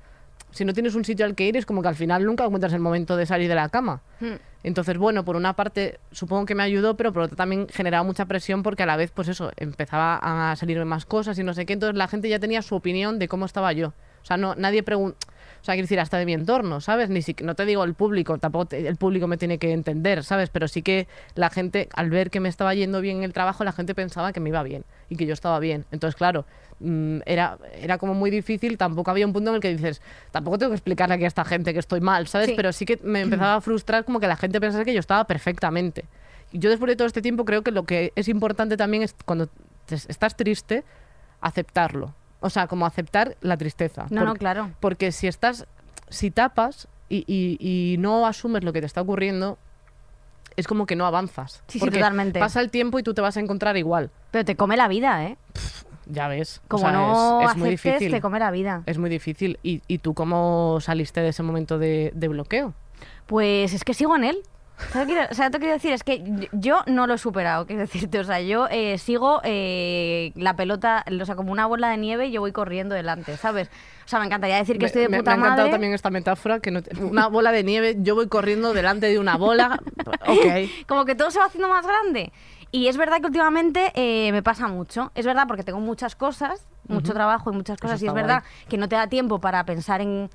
Speaker 2: si no tienes un sitio al que ir, es como que al final nunca encuentras el momento de salir de la cama.
Speaker 3: Hmm.
Speaker 2: Entonces, bueno, por una parte supongo que me ayudó, pero por otra también generaba mucha presión porque a la vez, pues eso, empezaba a salirme más cosas y no sé qué. Entonces la gente ya tenía su opinión de cómo estaba yo. O sea, no, nadie preguntó. O sea, quiero decir, hasta de mi entorno, ¿sabes? Ni si, no te digo el público, tampoco te- el público me tiene que entender, ¿sabes? Pero sí que la gente, al ver que me estaba yendo bien en el trabajo, la gente pensaba que me iba bien y que yo estaba bien. Entonces, claro, mm, era, era como muy difícil, tampoco había un punto en el que dices, tampoco tengo que explicarle aquí a esta gente que estoy mal, ¿sabes?
Speaker 3: Sí.
Speaker 2: Pero sí que me empezaba a frustrar como que la gente pensaba que yo estaba perfectamente. Y yo después de todo este tiempo creo que lo que es importante también es cuando te- estás triste, aceptarlo. O sea, como aceptar la tristeza.
Speaker 3: No, no,
Speaker 2: Porque-
Speaker 3: claro.
Speaker 2: porque si estás, si tapas y, y- y no asumes lo que te está ocurriendo, es como que no avanzas.
Speaker 3: Sí, sí,
Speaker 2: Porque
Speaker 3: totalmente.
Speaker 2: Pasa el tiempo y tú te vas a encontrar igual.
Speaker 3: Pero te come la vida, ¿eh?
Speaker 2: Ya ves. O
Speaker 3: Como
Speaker 2: sea,
Speaker 3: no
Speaker 2: es, es
Speaker 3: aceptes,
Speaker 2: muy difícil.
Speaker 3: te come la vida.
Speaker 2: Es muy difícil. ¿Y, y tú cómo saliste de ese momento de, de bloqueo?
Speaker 3: Pues es que sigo en él. ¿Sabes lo que quiero- O sea, te quiero decir, es que yo- yo no lo he superado, quiero decirte. O sea, yo eh, sigo eh, la pelota, o sea, como una bola de nieve y yo voy corriendo delante, ¿sabes? O sea, me encantaría decir que
Speaker 2: me,
Speaker 3: estoy de
Speaker 2: me-
Speaker 3: puta
Speaker 2: me ha encantado
Speaker 3: madre.
Speaker 2: también esta metáfora, que no te- una bola de nieve, yo voy corriendo delante de una bola. ok.
Speaker 3: Como que todo se va haciendo más grande. Y es verdad que últimamente eh, me pasa mucho. Es verdad porque tengo muchas cosas, mucho trabajo y muchas
Speaker 2: Eso
Speaker 3: cosas. Y es
Speaker 2: está
Speaker 3: verdad que no te da tiempo para pensar en,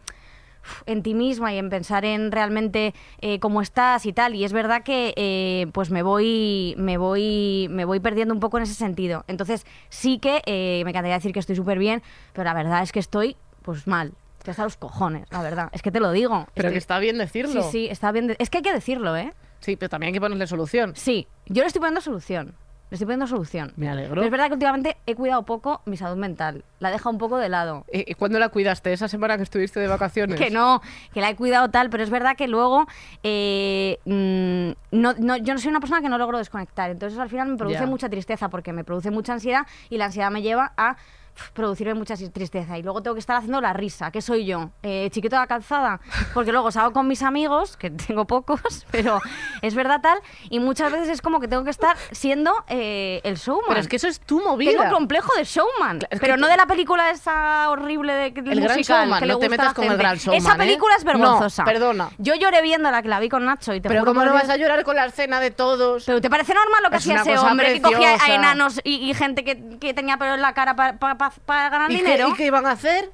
Speaker 3: en ti misma y en pensar en realmente eh, cómo estás y tal. Y es verdad que eh, pues me voy, me voy, me voy perdiendo un poco en ese sentido. Entonces sí que eh, me encantaría decir que estoy súper bien, pero la verdad es que estoy pues mal. Que hasta los cojones, la verdad. Es que te lo digo.
Speaker 2: Pero que
Speaker 3: Estoy-
Speaker 2: está bien decirlo.
Speaker 3: Sí, sí, está bien. de- Es que hay que decirlo, ¿eh?
Speaker 2: Sí, pero también hay que ponerle solución.
Speaker 3: Sí, yo le estoy poniendo solución. Le estoy poniendo solución.
Speaker 2: Me alegro.
Speaker 3: Pero es verdad que últimamente he cuidado poco mi salud mental. La he dejado un poco de lado.
Speaker 2: Eh, eh, ¿Cuándo la cuidaste? ¿Esa semana que estuviste de vacaciones?
Speaker 3: Que no, que la he cuidado tal, pero es verdad que luego eh, mm, no, no- yo no soy una persona que no logro desconectar. Entonces al final me produce
Speaker 2: Ya.
Speaker 3: mucha tristeza porque me produce mucha ansiedad y la ansiedad me lleva a pf, producirme mucha si- tristeza y luego tengo que estar haciendo la risa, que soy yo, eh, chiquito de la calzada, porque luego salgo con mis amigos, que tengo pocos, pero es verdad tal, y muchas veces es como que tengo que estar siendo eh, el showman.
Speaker 2: Pero es que eso es tu movida.
Speaker 3: Tengo complejo de showman,
Speaker 2: Claro, es
Speaker 3: pero
Speaker 2: que-
Speaker 3: no de la película esa horrible de que-
Speaker 2: El Gran
Speaker 3: musical
Speaker 2: Showman,
Speaker 3: que le
Speaker 2: no te
Speaker 3: gusta a la
Speaker 2: metas con el
Speaker 3: gente.
Speaker 2: Gran
Speaker 3: Esa
Speaker 2: Showman, ¿eh?
Speaker 3: película es
Speaker 2: No,
Speaker 3: vergonzosa.
Speaker 2: perdona.
Speaker 3: Yo lloré viendo la que la vi con Nacho y te
Speaker 2: Pero
Speaker 3: juro
Speaker 2: ¿cómo
Speaker 3: por
Speaker 2: no
Speaker 3: Dios-
Speaker 2: vas a llorar con la escena de todos?
Speaker 3: Pero ¿te parece normal lo que
Speaker 2: Es
Speaker 3: hacía
Speaker 2: una
Speaker 3: ese
Speaker 2: cosa
Speaker 3: hombre que cogía a
Speaker 2: preciosa.
Speaker 3: enanos y, y gente que, que tenía pelo en la cara para ganar
Speaker 2: ¿Y, qué,
Speaker 3: dinero?
Speaker 2: y qué iban a hacer?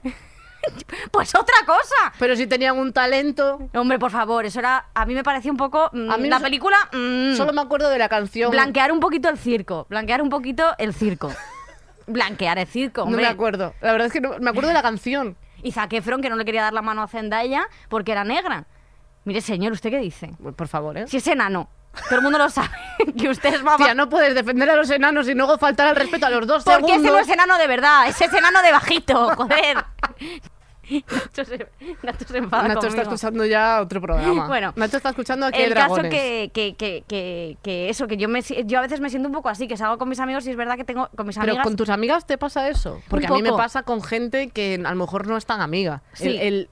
Speaker 3: Pues otra cosa.
Speaker 2: Pero si tenían un talento.
Speaker 3: Hombre, por favor, eso era a mí me parecía un poco mm,
Speaker 2: A mí
Speaker 3: la
Speaker 2: so-
Speaker 3: película mm,
Speaker 2: Solo me acuerdo de la canción.
Speaker 3: blanquear un poquito el circo, blanquear un poquito el circo. Blanquear el circo,
Speaker 2: no
Speaker 3: hombre.
Speaker 2: me acuerdo. La verdad es que no, me acuerdo de la canción.
Speaker 3: Y Zac Efron, que no le quería dar la mano a Zendaya porque era negra. Mire, señor, ¿usted qué dice?
Speaker 2: Por favor, ¿eh?
Speaker 3: Si es enano. Todo el mundo lo sabe. que usted es mamá.
Speaker 2: Tía, no puedes defender a los enanos y luego faltar al respeto a los dos
Speaker 3: Porque ese no
Speaker 2: segundos.
Speaker 3: es enano de verdad. Ese es enano de bajito, joder. Nacho se, Nacho se enfada
Speaker 2: Nacho está
Speaker 3: conmigo.
Speaker 2: escuchando ya otro programa.
Speaker 3: Bueno,
Speaker 2: Nacho está escuchando aquí hay
Speaker 3: El caso
Speaker 2: dragones.
Speaker 3: que, que, que, que, que eso, que yo, me, si- yo a veces me siento un poco así, que salgo con mis amigos y es verdad que tengo con mis
Speaker 2: Pero
Speaker 3: amigas...
Speaker 2: con tus amigas te pasa eso. Porque a mí me
Speaker 3: poco.
Speaker 2: pasa con gente que a lo mejor no es tan amiga.
Speaker 3: Sí.
Speaker 2: El, el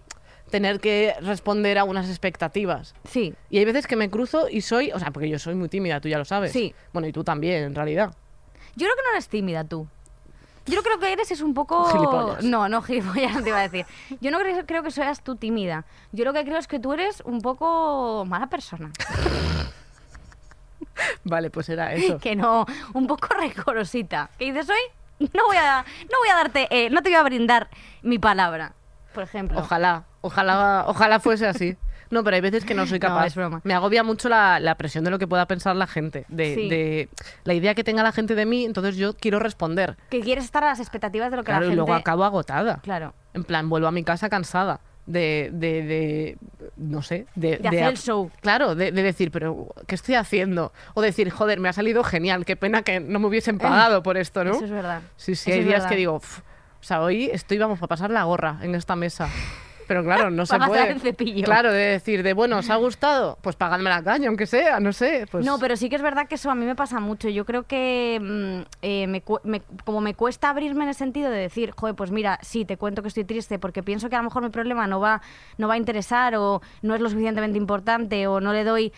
Speaker 2: tener que responder a unas expectativas.
Speaker 3: Sí,
Speaker 2: Y hay veces que me cruzo y soy, o sea, porque yo soy muy tímida, tú ya lo sabes.
Speaker 3: Sí.
Speaker 2: Bueno, y tú también, en realidad.
Speaker 3: Yo creo que no eres tímida tú. Yo creo que lo que eres es un poco...
Speaker 2: Gilipollas.
Speaker 3: No, no, gilipollas no te iba a decir. Yo no creo, creo que seas tú tímida. Yo lo que creo es que tú eres un poco mala persona.
Speaker 2: Vale, pues era eso.
Speaker 3: Que no, un poco recorosita. Que dices hoy, no voy a, no voy a darte, eh, no te voy a brindar mi palabra, por ejemplo.
Speaker 2: Ojalá, ojalá, ojalá fuese así. No, pero hay veces que no soy
Speaker 3: No,
Speaker 2: capaz.
Speaker 3: es broma.
Speaker 2: Me agobia mucho la, la presión de lo que pueda pensar la gente, de,
Speaker 3: Sí.
Speaker 2: de la idea que tenga la gente de mí, entonces yo quiero responder.
Speaker 3: Que quieres estar a las expectativas de lo que
Speaker 2: Claro,
Speaker 3: la
Speaker 2: y
Speaker 3: gente...
Speaker 2: luego acabo agotada.
Speaker 3: Claro.
Speaker 2: En plan, vuelvo a mi casa cansada de, de, de- no sé, de,
Speaker 3: De hacer el show.
Speaker 2: Claro, de, de decir, pero ¿qué estoy haciendo? O decir, joder, me ha salido genial, qué pena que no me hubiesen pagado por esto, ¿no?
Speaker 3: Eh, Eso es verdad.
Speaker 2: Sí, sí,
Speaker 3: Eso
Speaker 2: hay
Speaker 3: es
Speaker 2: días
Speaker 3: verdad.
Speaker 2: que digo, "Uf, o sea, hoy estoy, vamos, a pasar la gorra en esta mesa. Pero claro, no se
Speaker 3: Pa' pasar
Speaker 2: puede.
Speaker 3: el cepillo.
Speaker 2: Claro, de decir, de bueno, ¿os ha gustado? Pues pagadme la caña, aunque sea, no sé. Pues...
Speaker 3: No, pero sí que es verdad que eso a mí me pasa mucho. Yo creo que mm, eh, me cu- me- como me cuesta abrirme en el sentido de decir, joder, pues mira, sí, te cuento que estoy triste porque pienso que a lo mejor mi problema no va, no va a interesar o no es lo suficientemente importante o no le doy...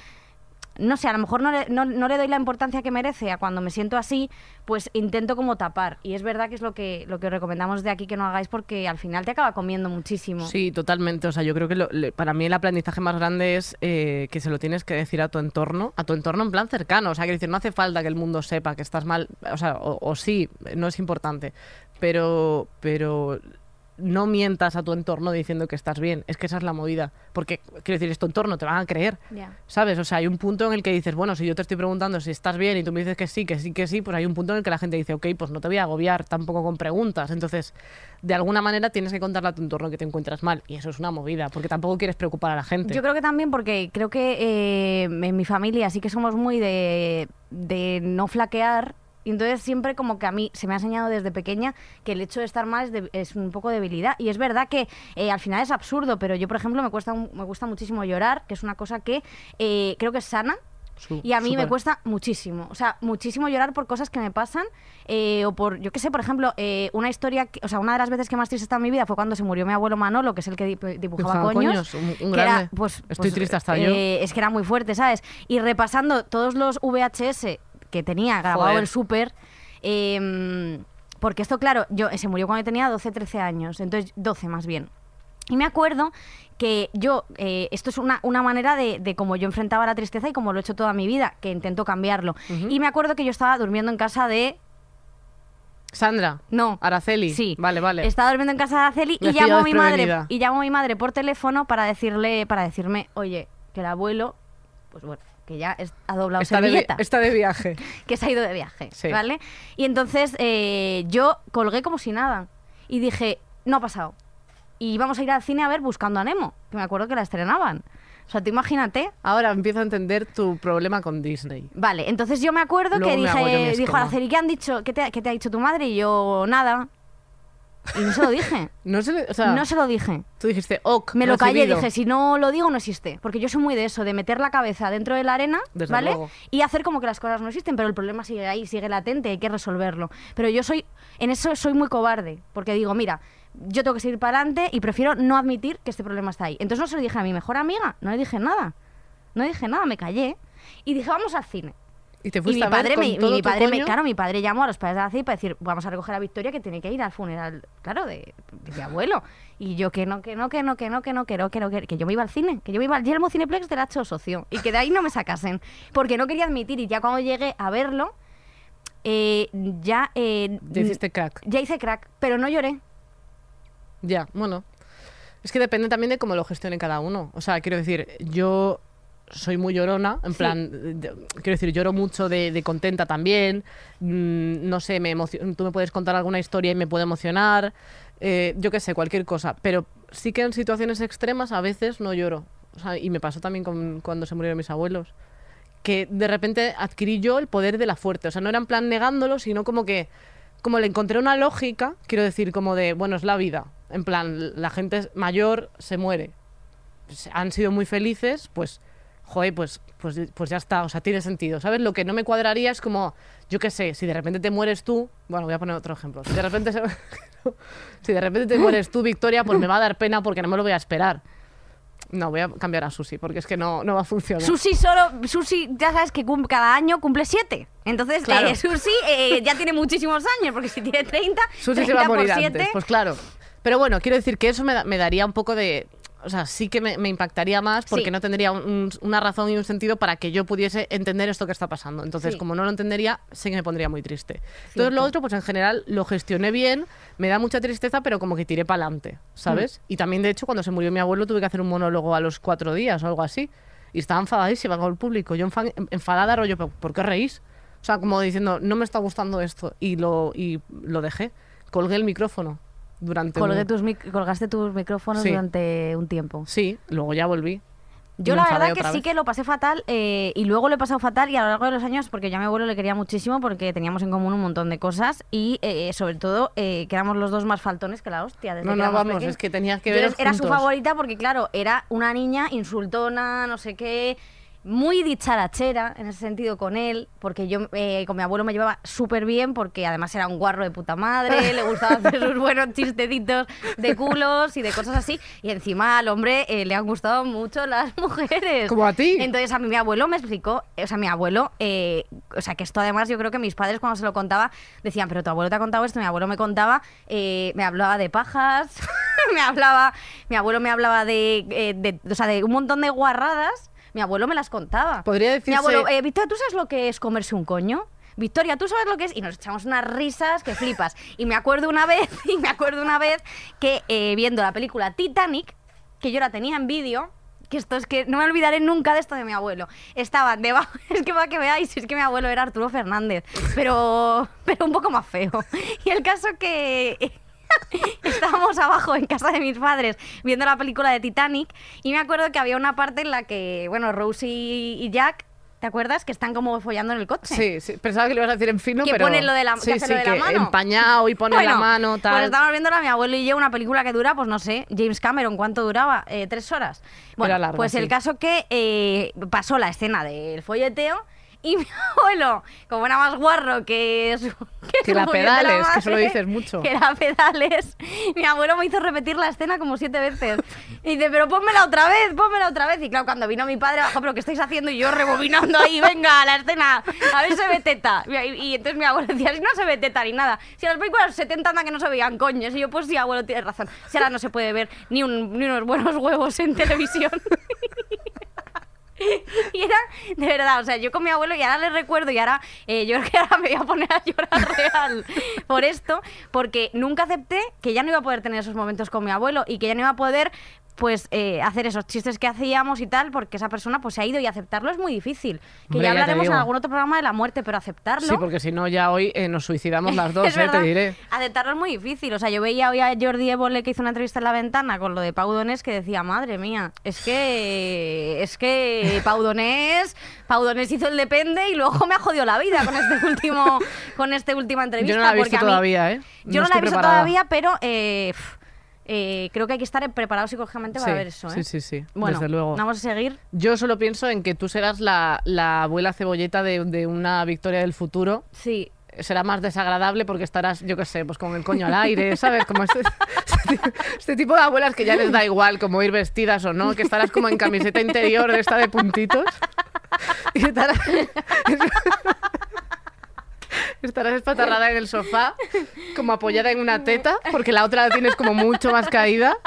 Speaker 3: no sé, a lo mejor no le, no- no le doy la importancia que merece a cuando me siento así, pues intento como tapar. Y es verdad que es lo que, lo que os recomendamos de aquí que no hagáis porque al final te acaba comiendo muchísimo.
Speaker 2: Sí, totalmente. O sea, yo creo que lo- le- para mí el aprendizaje más grande es eh, que se lo tienes que decir a tu entorno, a tu entorno en plan cercano. O sea, que decir, no hace falta que el mundo sepa que estás mal, o sea, o, o sí, no es importante, pero, pero no mientas a tu entorno diciendo que estás bien. Es que esa es la movida. Porque, quiero decir, es tu entorno, te van a creer.
Speaker 3: Ya.
Speaker 2: ¿Sabes? O sea, hay un punto en el que dices, bueno, si yo te estoy preguntando si estás bien y tú me dices que sí, que sí, que sí, pues hay un punto en el que la gente dice, ok, pues no te voy a agobiar tampoco con preguntas. Entonces, de alguna manera tienes que contarle a tu entorno que te encuentras mal. Y eso es una movida, porque tampoco quieres preocupar a la gente.
Speaker 3: Yo creo que también porque creo que eh, en mi familia sí que somos muy de, de no flaquear. Y entonces siempre como que a mí se me ha enseñado desde pequeña que el hecho de estar mal es, de- es un poco debilidad. Y es verdad que eh, al final es absurdo, pero yo, por ejemplo, me, cuesta un- me gusta muchísimo llorar, que es una cosa que eh, creo que es sana.
Speaker 2: Su-
Speaker 3: Y a mí me
Speaker 2: súper.
Speaker 3: cuesta muchísimo, o sea, muchísimo llorar por cosas que me pasan eh, o por, yo qué sé, por ejemplo, eh, una historia, que- o sea, una de las veces que más triste está en mi vida fue cuando se murió mi abuelo Manolo, que es el que dip- dibujaba
Speaker 2: Dibujaba
Speaker 3: coños.
Speaker 2: coños, un- un
Speaker 3: que era,
Speaker 2: grande.
Speaker 3: pues,
Speaker 2: Estoy
Speaker 3: pues,
Speaker 2: triste hasta yo.
Speaker 3: eh, Es que era muy fuerte, ¿sabes? Y repasando todos los VHS que tenía grabado
Speaker 2: Joder.
Speaker 3: el súper, eh, porque esto, claro, yo se murió cuando tenía 12, 13 años, entonces 12 más bien. Y me acuerdo que yo, eh, esto es una, una manera de, de cómo yo enfrentaba la tristeza y como lo he hecho toda mi vida, que intento cambiarlo. Y me acuerdo que yo estaba durmiendo en casa de...
Speaker 2: Sandra.
Speaker 3: No.
Speaker 2: Araceli.
Speaker 3: Sí.
Speaker 2: Vale, Ah, vale.
Speaker 3: Estaba durmiendo en casa de Aceli y
Speaker 2: Vestida
Speaker 3: llamó a mi madre
Speaker 2: desprevenida.
Speaker 3: y llamó a mi madre por teléfono para decirle para decirme, "Oye, que el abuelo pues bueno, que ya es- ha doblado
Speaker 2: Está de, vi-
Speaker 3: servilleta,
Speaker 2: está de viaje.
Speaker 3: que se ha ido de viaje,
Speaker 2: Sí.
Speaker 3: ¿vale? Y entonces eh, yo colgué como si nada y dije, "No ha pasado." Y vamos a ir al cine a ver Buscando a Nemo, que me acuerdo que la estrenaban. O sea, tú imagínate,
Speaker 2: Ahora empiezo a entender tu problema con Disney.
Speaker 3: Vale, entonces yo me acuerdo
Speaker 2: Luego
Speaker 3: que
Speaker 2: me hago yo mi
Speaker 3: dije, dijo
Speaker 2: estómago.
Speaker 3: Araceli, ¿qué han dicho? ¿Qué te, qué te ha dicho tu madre? Y yo, nada. Y no se lo dije.
Speaker 2: No se le- o sea,
Speaker 3: no se lo dije.
Speaker 2: tú dijiste, ok,
Speaker 3: Me lo callé,
Speaker 2: recibido.
Speaker 3: dije, si no lo digo, no existe. Porque yo soy muy de eso, de meter la cabeza dentro de la arena,
Speaker 2: Desde
Speaker 3: ¿vale?
Speaker 2: luego.
Speaker 3: Y hacer como que las cosas no existen, pero el problema sigue ahí, sigue latente, hay que resolverlo. Pero yo soy, en eso soy muy cobarde, porque digo, mira, yo tengo que seguir para adelante y prefiero no admitir que este problema está ahí. Entonces no se lo dije a mi mejor amiga, no le dije nada. No dije nada, me callé. Y dije, vamos al cine.
Speaker 2: Y te
Speaker 3: Y
Speaker 2: fuiste
Speaker 3: mi
Speaker 2: a ver
Speaker 3: padre,
Speaker 2: con
Speaker 3: me, mi-
Speaker 2: todo
Speaker 3: mi
Speaker 2: tu
Speaker 3: padre me-
Speaker 2: coño.
Speaker 3: claro, mi padre llamó a los padres de Aziz para decir, vamos a recoger a Victoria que tiene que ir al funeral, claro, de, de mi abuelo. Y yo que no, que no, que no, que no, que no, que no, que no, que, que yo me iba al cine, que yo me iba al Yelmo Cineplex del H Socio y que de ahí no me sacasen, porque no quería admitir y ya cuando llegué a verlo, eh, ya, eh,
Speaker 2: Ya hiciste crack.
Speaker 3: ya hice crack, pero no lloré.
Speaker 2: Ya, bueno. Es que depende también de cómo lo gestione cada uno. O sea, quiero decir, yo soy muy llorona, en
Speaker 3: Sí.
Speaker 2: plan, de- de- quiero decir, lloro mucho de, de contenta también. mm, no sé, me emocio- tú me puedes contar alguna historia y me puede emocionar. eh, yo qué sé, cualquier cosa. Pero sí que en situaciones extremas a veces no lloro. O sea, y me pasó también con, cuando se murieron mis abuelos que de repente adquirí yo el poder de la fuerte. O sea, no era en plan negándolo, sino como que como le encontré una lógica, quiero decir, como de, bueno, es la vida. En plan, la gente es mayor se muere. Pues, Han sido muy felices, pues, joder, pues, pues, pues ya está, o sea, tiene sentido. ¿Sabes? Lo que no me cuadraría es como, yo qué sé, si de repente te mueres tú, bueno, voy a poner otro ejemplo. Si de repente, se- si de repente te mueres tú, Victoria, pues me va a dar pena porque no me lo voy a esperar. No, voy a cambiar a Susi, porque es que no, no va a funcionar.
Speaker 3: Susi solo, Susi, ya sabes que cum- cada año cumple siete. Entonces,
Speaker 2: Claro.
Speaker 3: eh, Susi eh, ya tiene muchísimos años, porque si tiene 30,
Speaker 2: Susi se
Speaker 3: 30
Speaker 2: va a morir
Speaker 3: por
Speaker 2: antes,
Speaker 3: 7,
Speaker 2: pues claro. Pero bueno, quiero decir que eso me, da- me daría un poco de... O sea, sí que me, me impactaría más porque
Speaker 3: Sí.
Speaker 2: no tendría un- un- una razón y un sentido para que yo pudiese entender esto que está pasando. Entonces,
Speaker 3: Sí.
Speaker 2: como no lo entendería, sí que me pondría muy triste. Entonces,
Speaker 3: Cierto.
Speaker 2: lo otro, pues en general lo gestioné bien, me da mucha tristeza, pero como que tiré para adelante, ¿sabes?
Speaker 3: Mm.
Speaker 2: Y también, de hecho, cuando se murió mi abuelo tuve que hacer un monólogo a los cuatro días o algo así. Y estaba enfadadísima con el público. Yo enfa- enfadada, rollo, "¿Pero ¿por qué reís? O sea, como diciendo, no me está gustando esto. Y lo, y lo dejé. Colgué el micrófono durante un-
Speaker 3: Colgué tus mic- colgaste tus micrófonos
Speaker 2: Sí.
Speaker 3: durante un tiempo.
Speaker 2: Sí, luego ya volví.
Speaker 3: Yo
Speaker 2: Me
Speaker 3: la
Speaker 2: enfadé
Speaker 3: verdad que
Speaker 2: otra
Speaker 3: sí
Speaker 2: vez.
Speaker 3: que lo pasé fatal eh, y luego lo he pasado fatal y a lo largo de los años, porque yo a mi abuelo le quería muchísimo porque teníamos en común un montón de cosas y eh, sobre todo eh, que éramos los dos más faltones que la hostia. Desde
Speaker 2: No,
Speaker 3: que
Speaker 2: no,
Speaker 3: éramos
Speaker 2: vamos,
Speaker 3: pequeños.
Speaker 2: es que tenías que
Speaker 3: Yo
Speaker 2: ver
Speaker 3: era su favorita porque claro, era una niña insultona, no sé qué. muy dicharachera en ese sentido con él, porque yo eh, con mi abuelo me llevaba súper bien, porque además era un guarro de puta madre, le gustaba hacer sus buenos chistecitos de culos y de cosas así, y encima al hombre eh, le han gustado mucho las mujeres.
Speaker 2: Como a ti.
Speaker 3: Entonces a mí mi abuelo me explicó, o sea, mi abuelo, eh, o sea, que esto además yo creo que mis padres cuando se lo contaba decían, pero tu abuelo te ha contado esto, mi abuelo me contaba, eh, me hablaba de pajas, me hablaba, mi abuelo me hablaba de, eh, de- o sea, de un montón de guarradas, mi abuelo me las contaba.
Speaker 2: Podría
Speaker 3: Mi
Speaker 2: decirse-
Speaker 3: abuelo, eh, Victoria, ¿tú sabes lo que es comerse un coño? Victoria, ¿tú sabes lo que es? Y nos echamos unas risas que flipas. Y me acuerdo una vez, y me acuerdo una vez que eh, viendo la película Titanic, que yo la tenía en vídeo, que esto es que no me olvidaré nunca de esto de mi abuelo. Estaba debajo, es que para que veáis, es que mi abuelo era Arturo Fernández, pero, pero un poco más feo. Y el caso que estábamos abajo en casa de mis padres viendo la película de Titanic y me acuerdo que había una parte en la que, bueno, Rose y y Jack, ¿te acuerdas? Que están como follando en el coche.
Speaker 2: Sí, sí, pensaba que lo ibas a decir en fino,
Speaker 3: Que
Speaker 2: pero...
Speaker 3: pone lo de la- que
Speaker 2: sí,
Speaker 3: hace
Speaker 2: sí,
Speaker 3: lo de la
Speaker 2: que
Speaker 3: mano.
Speaker 2: empañado y pone la
Speaker 3: Bueno,
Speaker 2: mano, tal...
Speaker 3: Pues estábamos viendo a mi abuelo y yo una película que dura, pues no sé, James Cameron, ¿cuánto duraba? Eh, ¿Tres horas? Bueno,
Speaker 2: Era larga,
Speaker 3: pues el
Speaker 2: sí.
Speaker 3: caso que eh, pasó la escena del folleteo y mi abuelo, como era más guarro que su-
Speaker 2: Que
Speaker 3: su
Speaker 2: la
Speaker 3: puñetera
Speaker 2: pedales, que eso lo
Speaker 3: madre,
Speaker 2: dices mucho.
Speaker 3: Que la pedales. Mi abuelo me hizo repetir la escena como siete veces. Y dice, pero pónmela otra vez, pónmela otra vez. Y claro, cuando vino mi padre, bajó, pero ¿qué estáis haciendo? Y yo rebobinando ahí, venga, la escena, a ver si se ve teta. Y, y entonces mi abuelo decía, si no se ve teta ni nada. Si en las películas de los 70 anda que no se veían coños. Y yo, pues sí, abuelo, tienes razón. Si ahora no se puede ver ni, un- ni unos buenos huevos en televisión. Y era, de verdad, o sea, yo con mi abuelo y ahora le recuerdo y ahora eh, yo creo que ahora me voy a poner a llorar real por esto, porque nunca acepté que ya no iba a poder tener esos momentos con mi abuelo y que ya no iba a poder pues eh, hacer esos chistes que hacíamos y tal, porque esa persona pues se ha ido y aceptarlo es muy difícil. Que
Speaker 2: Hombre, ya
Speaker 3: ya
Speaker 2: te
Speaker 3: hablaremos en
Speaker 2: digo.
Speaker 3: algún otro programa de la muerte, pero aceptarlo...
Speaker 2: Sí, porque si no ya hoy eh, nos suicidamos las dos,
Speaker 3: Es
Speaker 2: eh, te
Speaker 3: verdad,
Speaker 2: diré.
Speaker 3: Aceptarlo es muy difícil. O sea, yo veía hoy a Jordi Évole que hizo una entrevista en la ventana con lo de Pau Donés que decía, madre mía, es que es que Pau Donés, Pau Donés hizo el depende y luego me ha jodido la vida con este último, con este última entrevista.
Speaker 2: Yo no la he
Speaker 3: porque
Speaker 2: visto
Speaker 3: a mí-
Speaker 2: todavía, ¿eh?
Speaker 3: Yo no, la
Speaker 2: estoy
Speaker 3: he visto
Speaker 2: preparada.
Speaker 3: todavía, pero eh, pf, eh, creo que hay que estar preparado psicológicamente para
Speaker 2: Sí,
Speaker 3: ver eso, ¿eh?
Speaker 2: sí, sí, sí,
Speaker 3: Bueno,
Speaker 2: desde luego.
Speaker 3: vamos a seguir.
Speaker 2: Yo solo pienso en que tú serás la, la abuela cebolleta de, de una victoria del futuro.
Speaker 3: Sí,
Speaker 2: Será más desagradable porque estarás, yo qué sé, pues con el coño al aire, ¿sabes? Como este, este- este tipo de abuelas que ya les da igual como ir vestidas o no, que estarás como en camiseta interior de esta de puntitos. Y estarás, estarás espatarrada en el sofá, como apoyada en una teta, porque la otra la tienes como mucho más caída,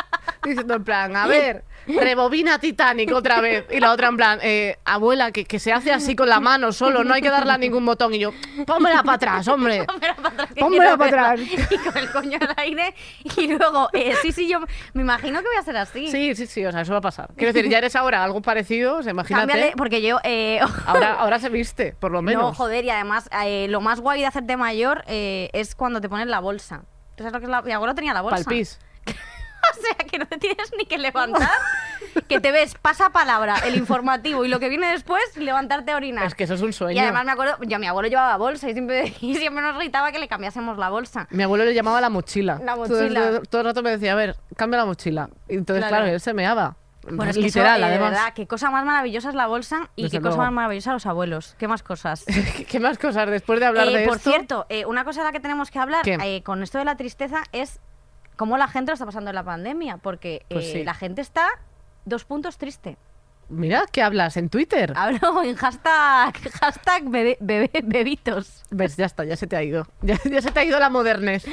Speaker 2: diciendo en plan, a ver, rebobina Titanic otra vez. Y la otra en plan, eh, abuela, que, que se hace así con la mano solo, no hay que darle a ningún botón. Y yo, pónmela para atrás, hombre.
Speaker 3: Pónmela para atrás. que
Speaker 2: Pónmela
Speaker 3: quiero
Speaker 2: para
Speaker 3: verla.
Speaker 2: atrás.
Speaker 3: Y con el coño al aire. Y luego, eh, sí, sí, yo me imagino que voy a ser así.
Speaker 2: Sí, sí, sí, o sea, eso va a pasar. Quiero decir, ya eres ahora algo parecido, o sea, imagínate.
Speaker 3: Cámbiale, porque yo. eh,
Speaker 2: Ahora, ahora se viste, por lo menos.
Speaker 3: no, joder, y además, eh, lo más guay de hacerte mayor eh, es cuando te pones la bolsa. ¿Tú sabes lo que es la.? Mi abuelo tenía la bolsa.
Speaker 2: Palpís.
Speaker 3: O sea, que no te tienes ni que levantar. que te ves, pasa palabra, el informativo y lo que viene después, levantarte a orinar.
Speaker 2: Es que eso es un sueño.
Speaker 3: Y además me acuerdo, yo a mi abuelo llevaba bolsa y siempre, y siempre nos gritaba que le cambiásemos la bolsa.
Speaker 2: Mi abuelo le llamaba la mochila.
Speaker 3: La
Speaker 2: Todo-
Speaker 3: mochila.
Speaker 2: Todo, todo el rato me decía, a ver, cambia la mochila. Y entonces,
Speaker 3: Claro.
Speaker 2: claro, él se meaba.
Speaker 3: Bueno, es que eso,
Speaker 2: Mm, Literal,
Speaker 3: eh, de
Speaker 2: además.
Speaker 3: verdad, qué cosa más maravillosa es la bolsa y
Speaker 2: Desde
Speaker 3: qué cosa
Speaker 2: luego.
Speaker 3: más maravillosa los abuelos. Qué más cosas.
Speaker 2: ¿Qué más cosas después de hablar
Speaker 3: Eh,
Speaker 2: de
Speaker 3: por
Speaker 2: esto?
Speaker 3: cierto, eh, una cosa de la que tenemos que hablar
Speaker 2: ¿Qué?
Speaker 3: eh, con esto de la tristeza es cómo la gente lo está pasando en la pandemia, porque
Speaker 2: Pues
Speaker 3: eh,
Speaker 2: sí.
Speaker 3: la gente está dos puntos triste.
Speaker 2: Mira, ¿qué hablas en Twitter?
Speaker 3: Hablo en hashtag, hashtag bebe- bebe- bebitos.
Speaker 2: Ves, ya está, ya se te ha ido. Ya, ya se te ha ido la modernez.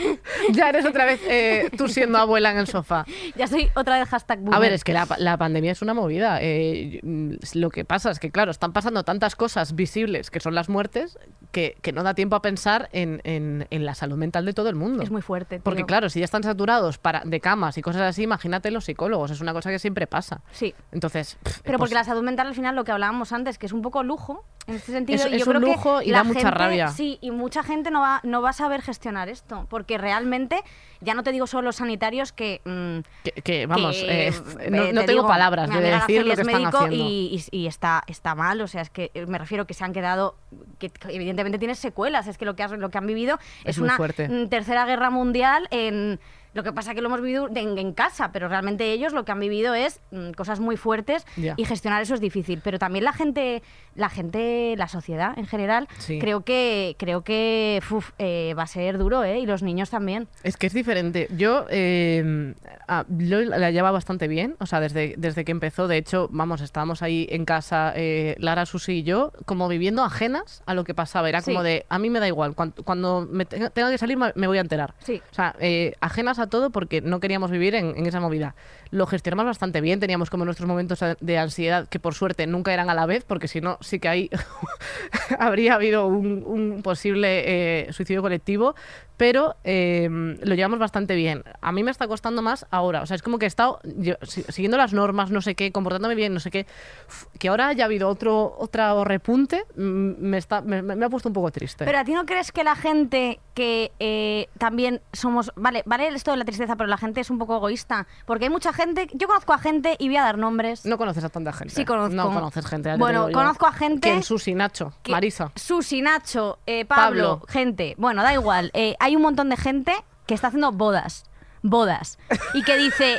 Speaker 2: Ya eres otra vez eh, tú siendo abuela en el sofá.
Speaker 3: Ya soy otra vez hashtag
Speaker 2: A
Speaker 3: boomer.
Speaker 2: ver, es que la, la pandemia es una movida. Eh, y- mm, lo que pasa es que, claro, están pasando tantas cosas visibles, que son las muertes, que, que no da tiempo a pensar en, en- en la salud mental de todo el mundo.
Speaker 3: Es muy fuerte. tío.
Speaker 2: Porque, claro, si ya están saturados para, de camas y cosas así, imagínate los psicólogos. Es una cosa que siempre pasa.
Speaker 3: Sí.
Speaker 2: Entonces. pff,
Speaker 3: Pero
Speaker 2: pues,
Speaker 3: porque la salud mental al final lo que hablábamos antes, que es un poco lujo, en este sentido,
Speaker 2: Es-
Speaker 3: yo
Speaker 2: es
Speaker 3: creo
Speaker 2: un
Speaker 3: que
Speaker 2: lujo y
Speaker 3: la
Speaker 2: da mucha
Speaker 3: gente-
Speaker 2: rabia.
Speaker 3: Sí, y mucha gente no va, no va a saber gestionar esto, porque realmente, ya no te digo solo los sanitarios que... mm,
Speaker 2: Que, que, vamos,
Speaker 3: que,
Speaker 2: eh,
Speaker 3: eh,
Speaker 2: no, no
Speaker 3: te
Speaker 2: tengo
Speaker 3: digo,
Speaker 2: palabras
Speaker 3: mi
Speaker 2: de
Speaker 3: amiga
Speaker 2: decir
Speaker 3: Araceli
Speaker 2: lo que
Speaker 3: es
Speaker 2: están
Speaker 3: médico
Speaker 2: haciendo.
Speaker 3: Y, y- y está, está mal, o sea, es que eh, me refiero que se han quedado, que, que evidentemente tienen secuelas, es que lo que, has- lo que han vivido es,
Speaker 2: Es muy
Speaker 3: una
Speaker 2: fuerte.
Speaker 3: mm, tercera guerra mundial en... Lo que pasa es que lo hemos vivido de- en, en casa, pero realmente ellos lo que han vivido es mm, cosas muy fuertes
Speaker 2: Ya.
Speaker 3: y gestionar eso es difícil. Pero también la gente, la gente, la sociedad en general,
Speaker 2: Sí.
Speaker 3: creo que, creo que fuf, eh, va a ser duro, ¿eh? Y los niños también.
Speaker 2: Es que es diferente. Yo eh, a- lo- la lleva bastante bien, o sea, desde, desde que empezó. De hecho, vamos, estábamos ahí en casa, eh, Lara, Susi y yo, como viviendo ajenas a lo que pasaba. Era
Speaker 3: Sí.
Speaker 2: como de, a mí me da igual, cuan- cuando, me te- tenga que salir me me voy a enterar.
Speaker 3: Sí.
Speaker 2: O sea, eh, ajenas a todo porque no queríamos vivir en, en esa movida. Lo gestionamos bastante bien, teníamos como nuestros momentos a- de ansiedad, que por suerte nunca eran a la vez, porque si no, sí que ahí habría habido un, un posible eh, suicidio colectivo, pero eh, lo llevamos bastante bien. A mí me está costando más ahora, o sea, es como que he estado yo, si- siguiendo las normas, no sé qué, comportándome bien, no sé qué, Uf, que ahora haya habido otro, otro repunte, mm, me, está, me, me- me ha puesto un poco triste.
Speaker 3: Pero a ti no crees que la gente que eh, también somos. Vale, vale esto de la tristeza, pero la gente es un poco egoísta. Porque hay mucha gente. Yo conozco a gente y voy a dar nombres.
Speaker 2: No conoces a tanta gente.
Speaker 3: Sí, conozco.
Speaker 2: No conoces gente. ya te
Speaker 3: Bueno,
Speaker 2: digo yo.
Speaker 3: conozco a gente-
Speaker 2: ¿Quién? Susi, Nacho,
Speaker 3: que-
Speaker 2: Marisa.
Speaker 3: Susi, Nacho, eh, Pablo,
Speaker 2: Pablo.
Speaker 3: gente. Bueno, da igual. Eh, hay un montón de gente que está haciendo bodas. Bodas. Y que dice.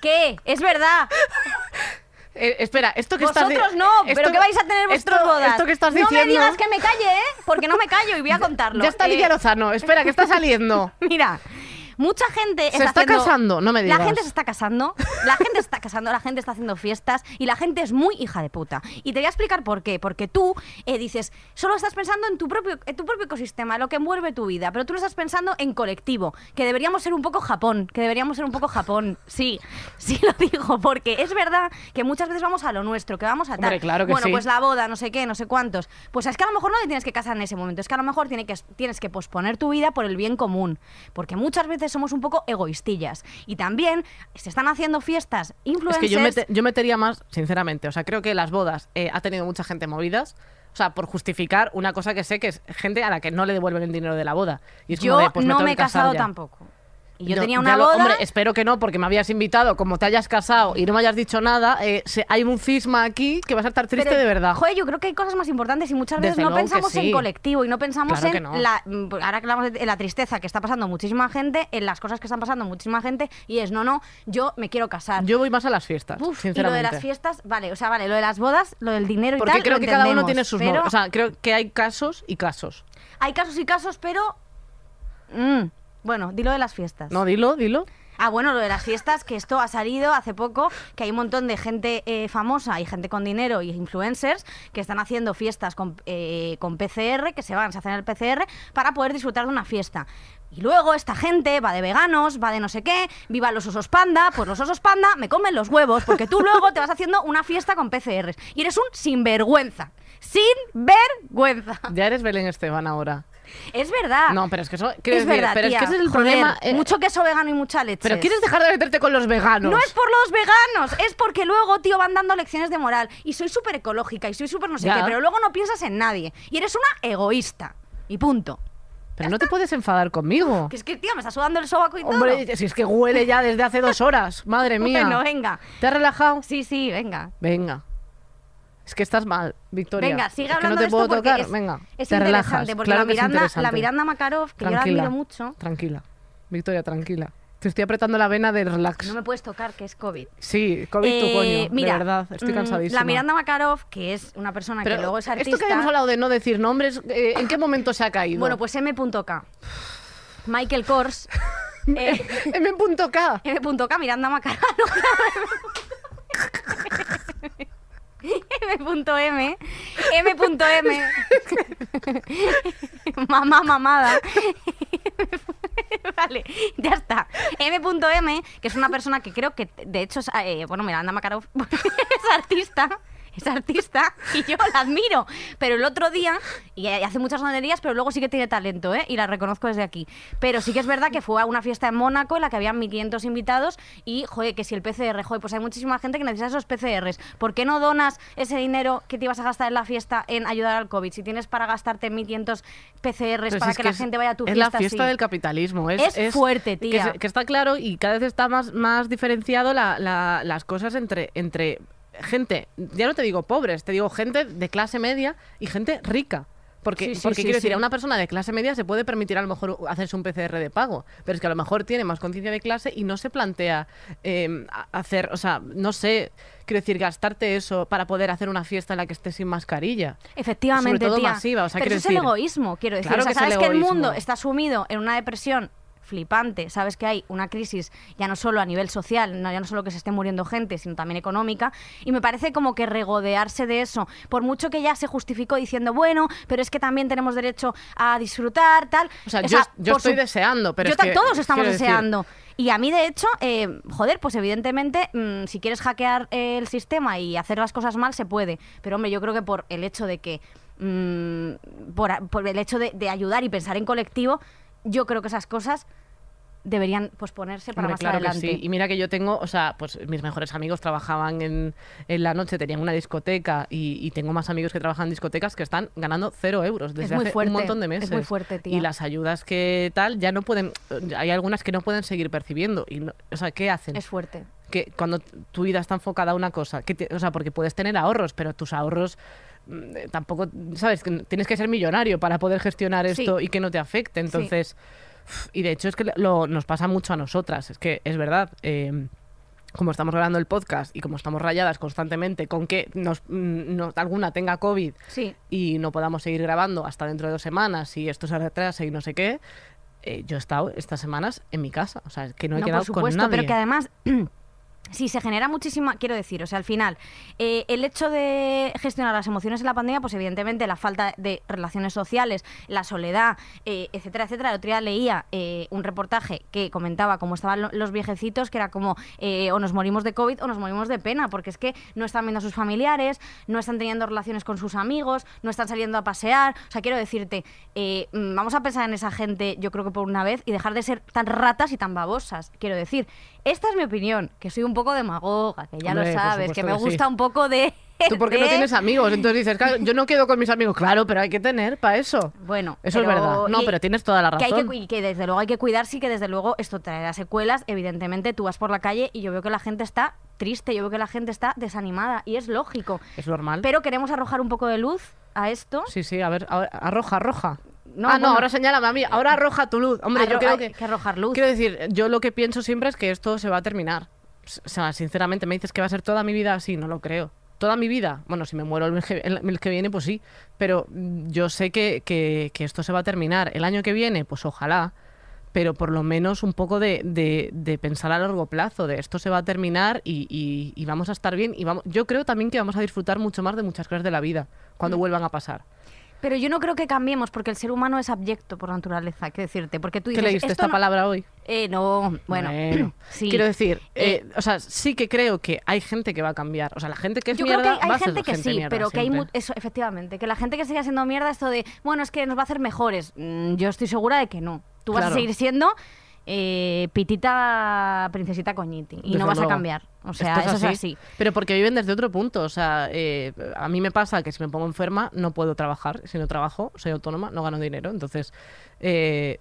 Speaker 3: ¿Qué? Es verdad.
Speaker 2: Eh, espera, esto que estás... di-
Speaker 3: Vosotros no, pero
Speaker 2: esto-
Speaker 3: que vais a tener vuestras
Speaker 2: esto-
Speaker 3: bodas.
Speaker 2: Esto que estás
Speaker 3: no
Speaker 2: diciendo...
Speaker 3: me digas que me calle, ¿eh? Porque no me callo y voy a contarlo.
Speaker 2: Ya está
Speaker 3: Eh,
Speaker 2: Lidia Lozano. Espera, que está saliendo.
Speaker 3: Mira, mucha gente
Speaker 2: Se está
Speaker 3: haciendo-
Speaker 2: casando, no me digas.
Speaker 3: La gente se está casando, la gente se está casando, la gente está haciendo fiestas y la gente es muy hija de puta. Y te voy a explicar por qué, porque tú eh, dices, solo estás pensando en tu propio en tu propio ecosistema, lo que envuelve tu vida, pero tú no estás pensando en colectivo, que deberíamos ser un poco Japón, que deberíamos ser un poco Japón. Sí, sí lo digo porque es verdad que muchas veces vamos a lo nuestro, que vamos a tal.
Speaker 2: Hombre, claro que
Speaker 3: bueno,
Speaker 2: sí.
Speaker 3: pues la boda, no sé qué, no sé cuántos. Pues es que a lo mejor no te tienes que casar en ese momento, es que a lo mejor tiene que, tienes que posponer tu vida por el bien común, porque muchas veces somos un poco egoístillas. Y también se están haciendo fiestas
Speaker 2: Es
Speaker 3: influencers.
Speaker 2: que yo, mete- yo metería más, sinceramente. O sea, creo que las bodas eh, ha tenido mucha gente movidas. O sea, por justificar una cosa que sé que es gente a la que no le devuelven el dinero de la boda. Y es como
Speaker 3: Yo
Speaker 2: de, pues,
Speaker 3: no
Speaker 2: tengo
Speaker 3: me
Speaker 2: que
Speaker 3: he
Speaker 2: casar
Speaker 3: casado
Speaker 2: ya.
Speaker 3: tampoco. Y yo
Speaker 2: No,
Speaker 3: tenía
Speaker 2: ya
Speaker 3: una
Speaker 2: lo-
Speaker 3: boda.
Speaker 2: hombre, espero que no, porque me habías invitado. Como te hayas casado y no me hayas dicho nada, eh, se- hay un cisma aquí que vas a estar triste
Speaker 3: Pero,
Speaker 2: de verdad.
Speaker 3: Joder, yo creo que hay cosas más importantes y muchas veces
Speaker 2: Desde
Speaker 3: no
Speaker 2: luego que
Speaker 3: pensamos en
Speaker 2: sí.
Speaker 3: colectivo y no pensamos
Speaker 2: Claro que
Speaker 3: en
Speaker 2: no.
Speaker 3: la mm, ahora que hablamos de en la tristeza que está pasando muchísima gente, en las cosas que están pasando muchísima gente y es no, no, yo me quiero casar.
Speaker 2: Yo voy más a las fiestas,
Speaker 3: Uf, y lo
Speaker 2: sinceramente.
Speaker 3: de las fiestas, vale, o sea, vale, lo de las bodas, lo del dinero y
Speaker 2: Porque
Speaker 3: tal,
Speaker 2: creo
Speaker 3: lo
Speaker 2: que cada uno
Speaker 3: entendemos,
Speaker 2: tiene sus... mo-
Speaker 3: pero
Speaker 2: O sea, creo que hay casos y casos.
Speaker 3: hay casos y casos, pero mm, bueno, dilo de las fiestas.
Speaker 2: No, dilo, dilo.
Speaker 3: Ah, bueno, lo de las fiestas, que esto ha salido hace poco, que hay un montón de gente eh, famosa y gente con dinero y influencers que están haciendo fiestas con, eh, con PCR, que se van, se hacen el PCR para poder disfrutar de una fiesta. Y luego esta gente va de veganos, va de no sé qué, viva los osos panda, pues los osos panda me comen los huevos, porque tú luego te vas haciendo una fiesta con PCRs. Y eres un sinvergüenza. Sinvergüenza.
Speaker 2: Ya eres Belén Esteban ahora.
Speaker 3: Es verdad.
Speaker 2: No, pero es que eso... quiero
Speaker 3: Ah. es
Speaker 2: decir,
Speaker 3: verdad,
Speaker 2: pero es
Speaker 3: tía.
Speaker 2: que ese es el
Speaker 3: Joder,
Speaker 2: problema. eh,
Speaker 3: mucho queso vegano y mucha leche.
Speaker 2: Pero quieres dejar de meterte con los veganos.
Speaker 3: No es por los veganos, es porque luego, tío, van dando lecciones de moral. Y soy súper ecológica y soy súper no sé
Speaker 2: Ya.
Speaker 3: qué, pero luego no piensas en nadie. Y eres una egoísta. Y punto.
Speaker 2: Pero no te puedes enfadar conmigo.
Speaker 3: Que es que, tío, me está sudando el sobaco y todo.
Speaker 2: Hombre, si es que huele ya desde hace dos horas. Madre mía.
Speaker 3: Bueno, venga.
Speaker 2: ¿Te has relajado?
Speaker 3: Sí, sí, venga.
Speaker 2: Venga. Es que estás mal, Victoria.
Speaker 3: Venga, sigue
Speaker 2: Es que
Speaker 3: hablando
Speaker 2: no te
Speaker 3: de esto
Speaker 2: puedo
Speaker 3: porque
Speaker 2: tocar.
Speaker 3: es,
Speaker 2: Venga,
Speaker 3: es
Speaker 2: te
Speaker 3: interesante,
Speaker 2: relajas.
Speaker 3: porque
Speaker 2: Claro
Speaker 3: la,
Speaker 2: que es
Speaker 3: Miranda, la
Speaker 2: interesante.
Speaker 3: Miranda Makarov, que yo la admiro mucho,
Speaker 2: Tranquila. Victoria, tranquila. Te estoy apretando la vena del relax.
Speaker 3: no me puedes tocar, que es COVID.
Speaker 2: Sí, COVID tu
Speaker 3: Eh,
Speaker 2: coño.
Speaker 3: mira,
Speaker 2: de verdad, estoy
Speaker 3: mm,
Speaker 2: cansadísima.
Speaker 3: La Miranda Makarov, que es una persona
Speaker 2: Pero
Speaker 3: que luego es artista.
Speaker 2: Esto que habíamos hablado de no decir nombres, eh, ¿en qué momento se ha caído?
Speaker 3: Bueno, pues M.K. Michael Kors. eh,
Speaker 2: M.K.
Speaker 3: M.K. Miranda Macarano. M.M. M.M. Mamá mamada. vale, ya está. M.M, que es una persona que creo que, de hecho, es, eh, bueno, Miranda Makarov es artista. Es artista y yo la admiro. Pero el otro día, y hace muchas sonerías, pero luego sí que tiene talento, ¿eh? Y la reconozco desde aquí. Pero sí que es verdad que fue a una fiesta en Mónaco en la que habían 1.500 invitados y, joder, que si el PCR, joder, pues hay muchísima gente que necesita esos PCRs. ¿Por qué no donas ese dinero que te ibas a gastar en la fiesta en ayudar al COVID? Si tienes para gastarte 1.500 PCRs
Speaker 2: Pero si
Speaker 3: para
Speaker 2: Pues es
Speaker 3: que, la
Speaker 2: es-
Speaker 3: gente vaya a tu
Speaker 2: es
Speaker 3: fiesta.
Speaker 2: la fiesta
Speaker 3: sí.
Speaker 2: del capitalismo. Es,
Speaker 3: Es fuerte,
Speaker 2: que
Speaker 3: tía.
Speaker 2: se- Que, está claro y cada vez está más, más diferenciado la- la- las cosas entre, entre gente, ya no te digo pobres, te digo gente de clase media y gente rica. Porque,
Speaker 3: Sí, sí,
Speaker 2: porque
Speaker 3: sí,
Speaker 2: quiero decir,
Speaker 3: sí.
Speaker 2: a una persona de clase media se puede permitir a lo mejor hacerse un PCR de pago, pero es que a lo mejor tiene más conciencia de clase y no se plantea eh, a- hacer, o sea, no sé, quiero decir, gastarte eso para poder hacer una fiesta en la que estés sin mascarilla.
Speaker 3: Efectivamente,
Speaker 2: Sobre todo
Speaker 3: tía.
Speaker 2: masiva, o sea,
Speaker 3: Pero
Speaker 2: quiero
Speaker 3: eso es el
Speaker 2: decir-
Speaker 3: egoísmo, quiero decir.
Speaker 2: Claro
Speaker 3: O sea,
Speaker 2: que es el
Speaker 3: sabes que el
Speaker 2: egoísmo.
Speaker 3: mundo está sumido en una depresión flipante, sabes que hay una crisis ya no solo a nivel social, no, ya no solo que se esté muriendo gente, sino también económica, y me parece como que regodearse de eso, por mucho que ya se justificó diciendo, bueno, pero es que también tenemos derecho a disfrutar, tal.
Speaker 2: O sea, yo- yo
Speaker 3: por
Speaker 2: estoy deseando, pero
Speaker 3: yo
Speaker 2: es
Speaker 3: ta-
Speaker 2: que-
Speaker 3: todos estamos
Speaker 2: quiero decir-
Speaker 3: deseando. Y a mí, de hecho, eh, joder, pues evidentemente, mm, si quieres hackear eh, el sistema y hacer las cosas mal, se puede. Pero hombre, yo creo que por el hecho de que. mm, por, a- por el hecho de, de ayudar y pensar en colectivo, yo creo que esas cosas deberían posponerse para
Speaker 2: Hombre,
Speaker 3: más
Speaker 2: claro
Speaker 3: adelante.
Speaker 2: que sí. Y mira que yo tengo, o sea, pues mis mejores amigos trabajaban en, en la noche, tenían una discoteca y, y tengo más amigos que trabajan en discotecas que están ganando cero euros desde
Speaker 3: muy
Speaker 2: hace
Speaker 3: fuerte,
Speaker 2: un montón de
Speaker 3: es
Speaker 2: meses.
Speaker 3: muy fuerte, tía.
Speaker 2: Y las ayudas que tal ya no pueden, hay algunas que no pueden seguir percibiendo. Y no- o sea, ¿qué hacen?
Speaker 3: Es fuerte.
Speaker 2: que cuando t- tu vida está enfocada a una cosa, que te- o sea, porque puedes tener ahorros, pero tus ahorros mm, eh, tampoco, ¿sabes? Que n- Tienes que ser millonario para poder gestionar
Speaker 3: Sí.
Speaker 2: esto y que no te afecte. Entonces, uf, y de hecho es que lo, nos pasa mucho a nosotras, es que es verdad. eh, como estamos grabando el podcast y como estamos rayadas constantemente con que nos, mm, nos- alguna tenga COVID
Speaker 3: Sí.
Speaker 2: y no podamos seguir grabando hasta dentro de dos semanas y esto se retrasa y no sé qué, eh, yo he estado estas semanas en mi casa. O sea, es que no he quedado
Speaker 3: por supuesto,
Speaker 2: con nadie.
Speaker 3: pero que además... Sí, se genera muchísima, quiero decir, o sea, al final, eh, el hecho de gestionar las emociones en la pandemia, pues evidentemente la falta de relaciones sociales, la soledad, eh, etcétera, etcétera. El otro día leía eh, un reportaje que comentaba cómo estaban lo- los viejecitos, que era como eh, o nos morimos de COVID o nos morimos de pena, porque es que no están viendo a sus familiares, no están teniendo relaciones con sus amigos, no están saliendo a pasear. O sea, quiero decirte, eh, mm, vamos a pensar en esa gente, yo creo que por una vez, y dejar de ser tan ratas y tan babosas. Quiero decir, esta es mi opinión, que soy un poco demagoga, que ya
Speaker 2: Hombre,
Speaker 3: lo
Speaker 2: por
Speaker 3: sabes, que
Speaker 2: supuesto
Speaker 3: me
Speaker 2: que sí.
Speaker 3: gusta un poco de.
Speaker 2: Tú porque no
Speaker 3: de-
Speaker 2: tienes amigos, entonces dices, claro, yo no quedo con mis amigos, claro, pero hay que tener para eso.
Speaker 3: Bueno,
Speaker 2: Eso
Speaker 3: pero-
Speaker 2: es verdad. No,
Speaker 3: y-
Speaker 2: pero tienes toda la
Speaker 3: Que, hay que,
Speaker 2: razón.
Speaker 3: cu- y que desde luego hay que cuidarse y que desde luego esto traerá secuelas. Evidentemente, tú vas por la calle y yo veo que la gente está triste, yo veo que la gente está desanimada y es lógico.
Speaker 2: Es normal.
Speaker 3: Pero queremos arrojar un poco de luz a esto.
Speaker 2: ¿Eh? Sí, sí, a ver, a- arroja, arroja.
Speaker 3: No,
Speaker 2: ah, no,
Speaker 3: bueno.
Speaker 2: ahora señálame a mí, ahora arroja tu luz. Hombre,
Speaker 3: Arro-
Speaker 2: yo creo
Speaker 3: hay
Speaker 2: que,
Speaker 3: que arrojar luz.
Speaker 2: Quiero decir, yo lo que pienso siempre es que esto se va a terminar. S- O sea, sinceramente, me dices que va a ser toda mi vida así, no lo creo. Toda mi vida. Bueno, si me muero el mes que, el mes que viene, pues sí. Pero mm, yo sé que, que- que esto se va a terminar. El año que viene, pues ojalá. Pero por lo menos un poco de, de- de pensar a largo plazo, de esto se va a terminar y, y- y vamos a estar bien. y vamos Yo creo también que vamos a disfrutar mucho más de muchas cosas de la vida cuando
Speaker 3: Mm.
Speaker 2: vuelvan a pasar.
Speaker 3: Pero yo no creo que cambiemos porque el ser humano es abyecto por naturaleza, quiero decirte. Porque tú
Speaker 2: ¿Qué
Speaker 3: dices,
Speaker 2: leíste
Speaker 3: "Esto
Speaker 2: esta
Speaker 3: no-".
Speaker 2: palabra hoy?
Speaker 3: Eh, no, bueno. sí.
Speaker 2: Quiero decir,
Speaker 3: Eh,
Speaker 2: eh, o sea, sí que creo que hay gente que va a cambiar. O sea, la gente que es
Speaker 3: Yo creo
Speaker 2: mierda
Speaker 3: que hay, hay
Speaker 2: va a ser
Speaker 3: gente que sí,
Speaker 2: mierda
Speaker 3: pero que hay
Speaker 2: siempre.
Speaker 3: mu- eso, efectivamente, que la gente que sigue siendo mierda, esto de, bueno, es que nos va a hacer mejores. Mm, yo estoy segura de que no. Tú vas a
Speaker 2: Claro.
Speaker 3: seguir siendo eh, pitita princesita coñiti y
Speaker 2: Desde
Speaker 3: no vas
Speaker 2: luego.
Speaker 3: a cambiar. O sea,
Speaker 2: Esto
Speaker 3: eso es así.
Speaker 2: Pero porque viven desde otro punto. O sea, eh, a mí me pasa que si me pongo enferma no puedo trabajar. Si no trabajo, soy autónoma, no gano dinero. Entonces, eh,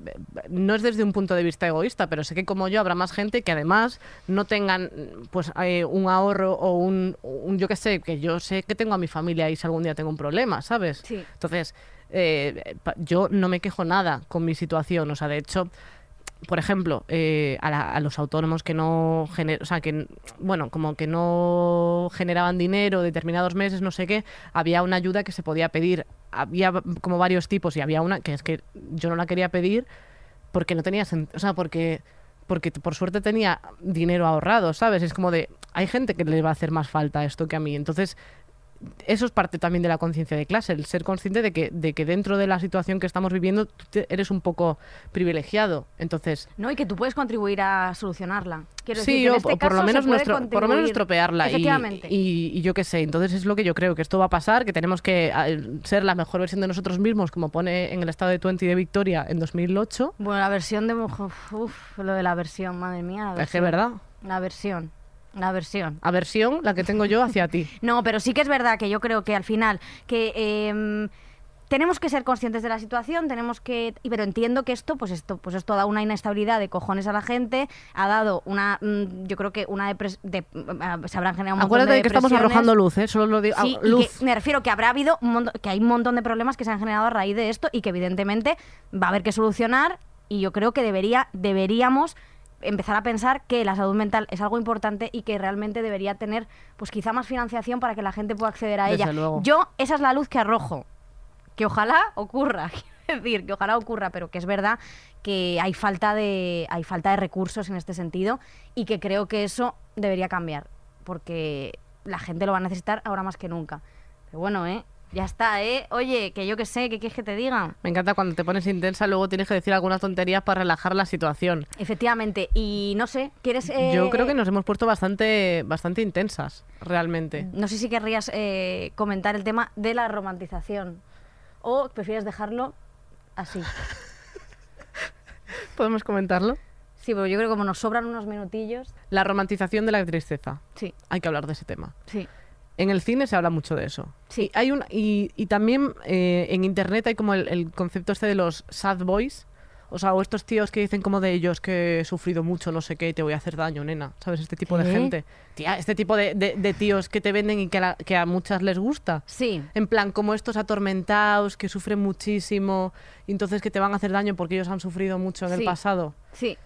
Speaker 2: no es desde un punto de vista egoísta, pero sé que como yo habrá más gente que además no tengan pues eh, un ahorro o un, un- yo qué sé, que yo sé que tengo a mi familia y si algún día tengo un problema, ¿sabes?
Speaker 3: Sí.
Speaker 2: Entonces, eh, pa- yo no me quejo nada con mi situación. O sea, de hecho por ejemplo, eh, a, la- a los autónomos que no gener- o sea, que n- bueno, como que no generaban dinero determinados meses, no sé qué, había una ayuda que se podía pedir. Había va- como varios tipos y había una que es que yo no la quería pedir porque no tenía sen- o sea, porque porque t- por suerte tenía dinero ahorrado, ¿sabes? Es como de hay gente que le va a hacer más falta esto que a mí. Entonces, eso es parte también de la conciencia de clase, el ser consciente de que, de que dentro de la situación que estamos viviendo tú te- eres un poco privilegiado. Entonces,
Speaker 3: No, y que tú puedes contribuir a solucionarla. Quiero
Speaker 2: sí,
Speaker 3: decir, que en
Speaker 2: o
Speaker 3: este
Speaker 2: po- por,
Speaker 3: caso
Speaker 2: lo
Speaker 3: se
Speaker 2: menos
Speaker 3: puede
Speaker 2: nuestro, por lo menos
Speaker 3: contribuir.
Speaker 2: estropearla y,
Speaker 3: Efectivamente.
Speaker 2: y- y yo qué sé. Entonces es lo que yo creo, que esto va a pasar, que tenemos que a- ser la mejor versión de nosotros mismos, como pone en el estado de 20 de Victoria en 2008.
Speaker 3: Bueno, la versión de... Uf, uf, lo de la versión, madre mía. La
Speaker 2: Es que
Speaker 3: versión.
Speaker 2: verdad.
Speaker 3: La versión. La versión.
Speaker 2: Aversión, la que tengo yo hacia ti.
Speaker 3: No, pero sí que es verdad que yo creo que al final que em, tenemos que ser conscientes de la situación, tenemos que... y- Pero entiendo que esto, pues esto, pues esto da una inestabilidad de cojones a la gente, ha dado una, mm, yo creo que una depres- de- ah, se habrán generado un montón
Speaker 2: Acuérdate
Speaker 3: de
Speaker 2: que estamos
Speaker 3: depresiones.
Speaker 2: arrojando luz, ¿eh? Solo lo digo.
Speaker 3: Sí,
Speaker 2: ah,
Speaker 3: y
Speaker 2: luz.
Speaker 3: que me refiero que habrá habido un montón- que hay un montón de problemas que se han generado a raíz de esto y que evidentemente va a haber que solucionar y yo creo que debería deberíamos empezar a pensar que la salud mental es algo importante y que realmente debería tener pues quizá más financiación para que la gente pueda acceder a
Speaker 2: Desde
Speaker 3: ella.
Speaker 2: luego.
Speaker 3: Yo esa es la luz que arrojo, que ojalá ocurra, quiero decir, que ojalá ocurra, pero que es verdad que hay falta de hay falta de recursos en este sentido y que creo que eso debería cambiar, porque la gente lo va a necesitar ahora más que nunca. Pero bueno, eh, ya está, eh. Oye, que yo qué sé, ¿qué quieres que te digan?
Speaker 2: Me encanta cuando te pones intensa, luego tienes que decir algunas tonterías para relajar la situación.
Speaker 3: Efectivamente, y no sé, ¿quieres eh,
Speaker 2: Yo creo que nos hemos puesto bastante, bastante intensas, realmente.
Speaker 3: No sé si querrías eh, comentar el tema de la romantización o prefieres dejarlo así.
Speaker 2: ¿Podemos comentarlo?
Speaker 3: Sí, pero yo creo que como nos sobran unos minutillos.
Speaker 2: La romantización de la tristeza.
Speaker 3: Sí,
Speaker 2: Hay que hablar de ese tema.
Speaker 3: sí.
Speaker 2: En el cine se habla mucho de eso.
Speaker 3: Sí.
Speaker 2: Y, hay un, y, y también eh, en internet hay como el, el concepto este de los sad boys. O sea, o estos tíos que dicen como de ellos que he sufrido mucho, no sé qué, y te voy a hacer daño, nena. ¿Sabes? Este tipo
Speaker 3: ¿Eh?
Speaker 2: de gente. Tía, este tipo de, de- de tíos que te venden y que a, la- que a muchas les gusta.
Speaker 3: Sí.
Speaker 2: En plan, como estos atormentados que sufren muchísimo y entonces que te van a hacer daño porque ellos han sufrido mucho en
Speaker 3: Sí.
Speaker 2: el pasado.
Speaker 3: Sí,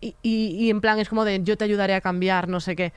Speaker 2: Y, y- y en plan es como de yo te ayudaré a cambiar, no sé qué.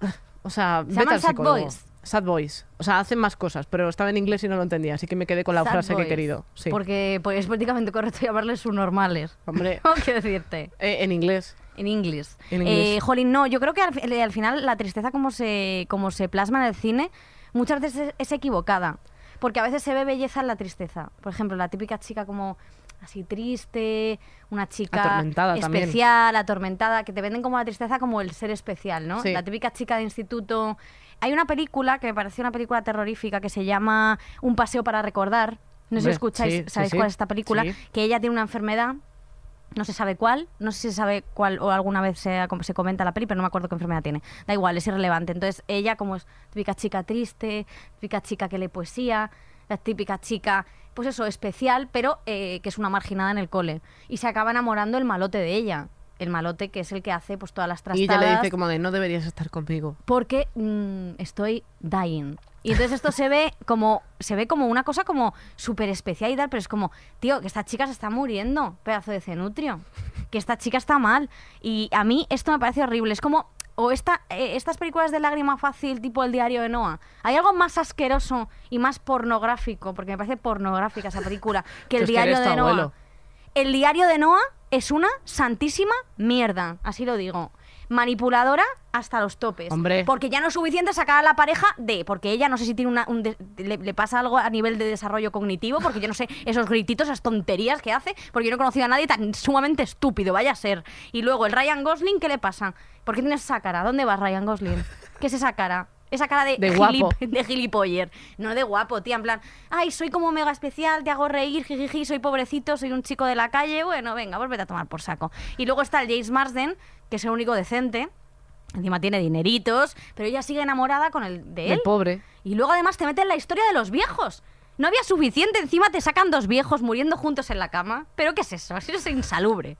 Speaker 2: O sea,
Speaker 3: Se
Speaker 2: vete
Speaker 3: llaman
Speaker 2: al
Speaker 3: sad
Speaker 2: psicólogo.
Speaker 3: boys.
Speaker 2: Sad boys. O sea, hacen más cosas, pero estaba en inglés y no lo entendía, así que me quedé con la
Speaker 3: sad
Speaker 2: frase que
Speaker 3: boys.
Speaker 2: he querido. Sí.
Speaker 3: Porque pues, es políticamente correcto llamarles subnormales.
Speaker 2: Hombre,
Speaker 3: Tengo que decirte.
Speaker 2: eh, en inglés.
Speaker 3: En inglés.
Speaker 2: En inglés.
Speaker 3: Eh, jolín, no, yo creo que al, fi- eh, al final la tristeza como se, como se plasma en el cine muchas veces es, es equivocada. Porque a veces se ve belleza en la tristeza. Por ejemplo, la típica chica como así triste, una chica
Speaker 2: Atormentada también.
Speaker 3: especial, atormentada, que te venden como la tristeza como el ser especial, ¿no?
Speaker 2: Sí.
Speaker 3: La típica chica de instituto. Hay una película que me pareció una película terrorífica que se llama Un paseo para recordar. No sé si
Speaker 2: Hombre,
Speaker 3: escucháis,
Speaker 2: sí, sí,
Speaker 3: sabéis
Speaker 2: sí.
Speaker 3: cuál es esta película,
Speaker 2: Sí.
Speaker 3: que ella tiene una enfermedad no se sabe cuál, no sé si se sabe cuál o alguna vez se, ha- se comenta la peli, pero no me acuerdo qué enfermedad tiene. Da igual, es irrelevante. Entonces, ella como es típica chica triste, típica chica que lee poesía, la típica chica, pues eso, especial, pero eh, que es una marginada en el cole. Y se acaba enamorando el malote de ella. El malote que es el que hace pues todas las trastadas
Speaker 2: Y ella le dice como de no deberías estar conmigo.
Speaker 3: porque mm, estoy dying. Y entonces esto se ve como se ve como una cosa como súper especial y tal, pero es como, tío, que esta chica se está muriendo, pedazo de cenutrio, que esta chica está mal. Y a mí esto me parece horrible, es como o esta, eh, estas películas de lágrima fácil tipo El diario de Noah. Hay algo más asqueroso y más pornográfico, porque me parece pornográfica esa película, que El
Speaker 2: Pues que
Speaker 3: diario
Speaker 2: eres tu
Speaker 3: de Noah.
Speaker 2: abuelo.
Speaker 3: El diario de Noah es una santísima mierda, así lo digo. Manipuladora hasta los topes.
Speaker 2: Hombre.
Speaker 3: Porque ya no es suficiente sacar a la pareja de. Porque ella no sé si tiene una, un de- le, le pasa algo a nivel de desarrollo cognitivo, porque yo no sé esos grititos, esas tonterías que hace, porque yo no he conocido a nadie tan sumamente estúpido, vaya a ser. Y luego el Ryan Gosling, ¿qué le pasa? ¿Por qué tienes esa cara? ¿Dónde vas, Ryan Gosling? ¿Qué es esa cara? Esa cara de,
Speaker 2: De guapo.
Speaker 3: gilip- de gilipoller. No de guapo, tía. En plan, ay, soy como mega especial, te hago reír, jijiji, soy pobrecito, soy un chico de la calle. Bueno, venga, pues vete a tomar por saco. Y luego está el James Marsden, que es el único decente. Encima tiene dineritos, pero ella sigue enamorada con el de él.
Speaker 2: El pobre.
Speaker 3: Y luego además te meten la historia de los viejos. No había suficiente, encima te sacan dos viejos muriendo juntos en la cama. ¿Pero qué es eso? Eso es insalubre.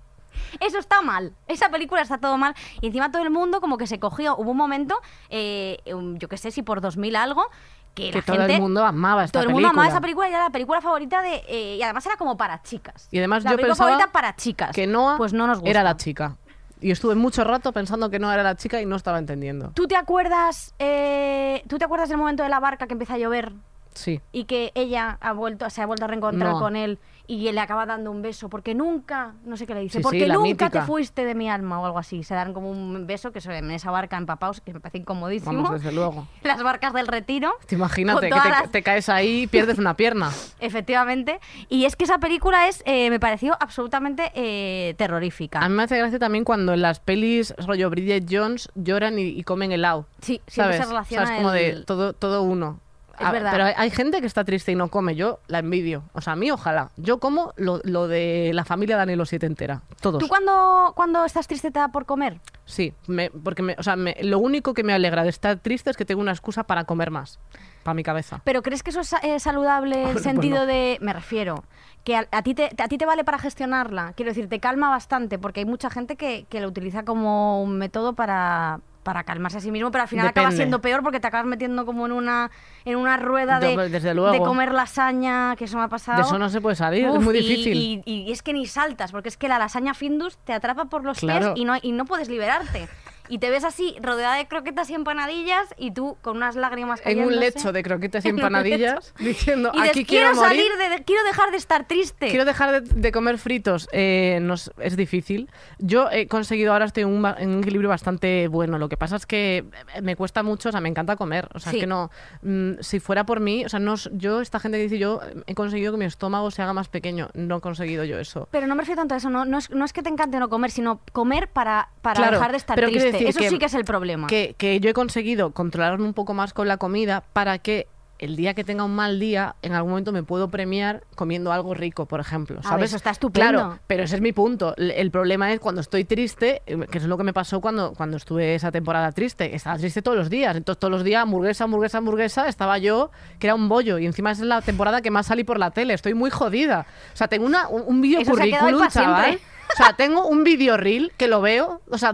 Speaker 3: Eso está mal. Esa película está todo mal. Y encima todo el mundo como que se cogió. Hubo un momento, eh, un- yo qué sé, si por 2000 algo, que,
Speaker 2: Que
Speaker 3: la
Speaker 2: todo
Speaker 3: gente...
Speaker 2: el mundo amaba esta
Speaker 3: todo el mundo
Speaker 2: película.
Speaker 3: amaba esa película y era la película favorita de... eh, y además era como para chicas.
Speaker 2: Y además
Speaker 3: la
Speaker 2: yo
Speaker 3: película
Speaker 2: pensaba
Speaker 3: favorita para chicas.
Speaker 2: Que Noah
Speaker 3: pues no nos gusta.
Speaker 2: era la chica. Y estuve mucho rato pensando que no era la chica y no estaba entendiendo.
Speaker 3: ¿Tú te acuerdas? eh, ¿Tú te acuerdas del momento de la barca que empieza a llover?
Speaker 2: Sí.
Speaker 3: y que ella ha vuelto, se ha vuelto a reencontrar
Speaker 2: No.
Speaker 3: con él y le acaba dando un beso porque nunca, no sé qué le dice,
Speaker 2: Sí, sí,
Speaker 3: porque
Speaker 2: la
Speaker 3: nunca te
Speaker 2: mítica.
Speaker 3: fuiste de mi alma o algo así. Se dan como un beso que se en esa barca empapados, que me parece incomodísimo.
Speaker 2: Vamos, desde luego.
Speaker 3: Las barcas del retiro.
Speaker 2: Te imagínate que
Speaker 3: Con
Speaker 2: te,
Speaker 3: todas las-
Speaker 2: te caes ahí y pierdes una pierna.
Speaker 3: Efectivamente. Y es que esa película es, eh, me pareció absolutamente eh, terrorífica.
Speaker 2: A mí me hace gracia también cuando en las pelis rollo Bridget Jones lloran y, y comen helado.
Speaker 3: Sí,
Speaker 2: ¿Sabes?
Speaker 3: siempre se relaciona
Speaker 2: O sea, es como
Speaker 3: el-
Speaker 2: de todo, todo uno. Ah,
Speaker 3: Es verdad.
Speaker 2: Pero hay, hay gente que está triste y no come. Yo la envidio. O sea, a mí ojalá. Yo como lo, lo de la familia Danilo 7 entera. Todos.
Speaker 3: ¿Tú cuando, cuando estás triste te da por comer?
Speaker 2: Sí, me- porque me- o sea, me- lo único que me alegra de estar triste es que tengo una excusa para comer más. Para mi cabeza.
Speaker 3: ¿Pero crees que eso es sa- eh, saludable en
Speaker 2: Bueno,
Speaker 3: el
Speaker 2: pues
Speaker 3: sentido
Speaker 2: no.
Speaker 3: de, me refiero, que a, a ti te, a ti te vale para gestionarla? Quiero decir, te calma bastante, porque hay mucha gente que, que lo utiliza como un método para, para calmarse a sí mismo, pero al final acaba
Speaker 2: Depende.
Speaker 3: siendo peor porque te acabas metiendo como en una, en una rueda
Speaker 2: Yo,
Speaker 3: de,
Speaker 2: pues, desde luego.
Speaker 3: de comer lasaña, que eso me ha pasado.
Speaker 2: De eso no se puede salir,
Speaker 3: Uf,
Speaker 2: es muy
Speaker 3: y-
Speaker 2: difícil.
Speaker 3: Y, y es que ni saltas, porque es que la lasaña Findus te atrapa por los
Speaker 2: Claro.
Speaker 3: pies y no, y no puedes liberarte. Y te ves así, rodeada de croquetas y empanadillas, y tú con unas lágrimas
Speaker 2: en
Speaker 3: cayéndose.
Speaker 2: un lecho de croquetas y
Speaker 3: En un
Speaker 2: empanadillas, diciendo,
Speaker 3: Y dices,
Speaker 2: aquí
Speaker 3: quiero,
Speaker 2: quiero, morir,
Speaker 3: salir, de, de- quiero dejar de estar triste.
Speaker 2: quiero dejar de, de comer fritos. Eh, no es, es difícil. Yo he conseguido, ahora estoy en un, ba- en un equilibrio bastante bueno. Lo que pasa es que eh, me cuesta mucho, o sea, me encanta comer. O sea,
Speaker 3: Sí.
Speaker 2: es que no, mm, si fuera por mí, o sea, no, s- yo, esta gente que dice, yo eh, he conseguido que mi estómago se haga más pequeño, no he conseguido yo eso.
Speaker 3: Pero no me refiero tanto a eso, no, no, es, no es que te encante no comer, sino comer para, para
Speaker 2: Claro,
Speaker 3: dejar de estar
Speaker 2: pero quiero
Speaker 3: triste.
Speaker 2: decir
Speaker 3: eso
Speaker 2: que-
Speaker 3: sí que es el problema.
Speaker 2: que, que yo he conseguido controlarme un poco más con la comida para que el día que tenga un mal día, en algún momento me puedo premiar comiendo algo rico, por ejemplo.
Speaker 3: ver,
Speaker 2: ¿Sabes?
Speaker 3: Ah, eso está estupendo.
Speaker 2: Claro, pero ese es mi punto. El, el problema es cuando estoy triste, eh, que es lo que me pasó cuando, cuando estuve esa temporada triste. Estaba triste todos los días. Entonces, todos los días, hamburguesa, hamburguesa, hamburguesa, estaba yo, que era un bollo. Y encima es la temporada que más salí por la tele. Estoy muy jodida. O sea, tengo una, un, un video
Speaker 3: Eso se ha quedado ahí
Speaker 2: currículum,
Speaker 3: pa' siempre.
Speaker 2: chaval. O sea, tengo un video reel que lo veo, o sea,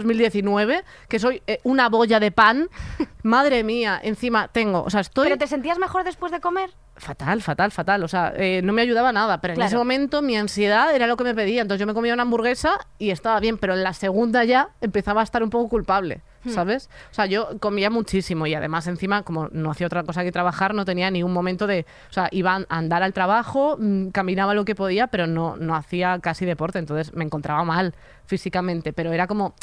Speaker 2: 2018-2019, que soy eh, una boya de pan. Madre mía, encima tengo, o sea, estoy
Speaker 3: ¿Pero te sentías mejor después de comer?
Speaker 2: fatal, fatal, fatal. O sea, eh, no me ayudaba nada, pero
Speaker 3: Claro.
Speaker 2: en ese momento mi ansiedad era lo que me pedía. Entonces yo me comía una hamburguesa y estaba bien, pero en la segunda ya empezaba a estar un poco culpable.
Speaker 3: Hmm.
Speaker 2: ¿Sabes? O sea, yo comía muchísimo y además encima, como no hacía otra cosa que trabajar, no tenía ningún momento de... O sea, iba a andar al trabajo, mm, caminaba lo que podía, pero no, no hacía casi deporte, entonces me encontraba mal físicamente, pero era como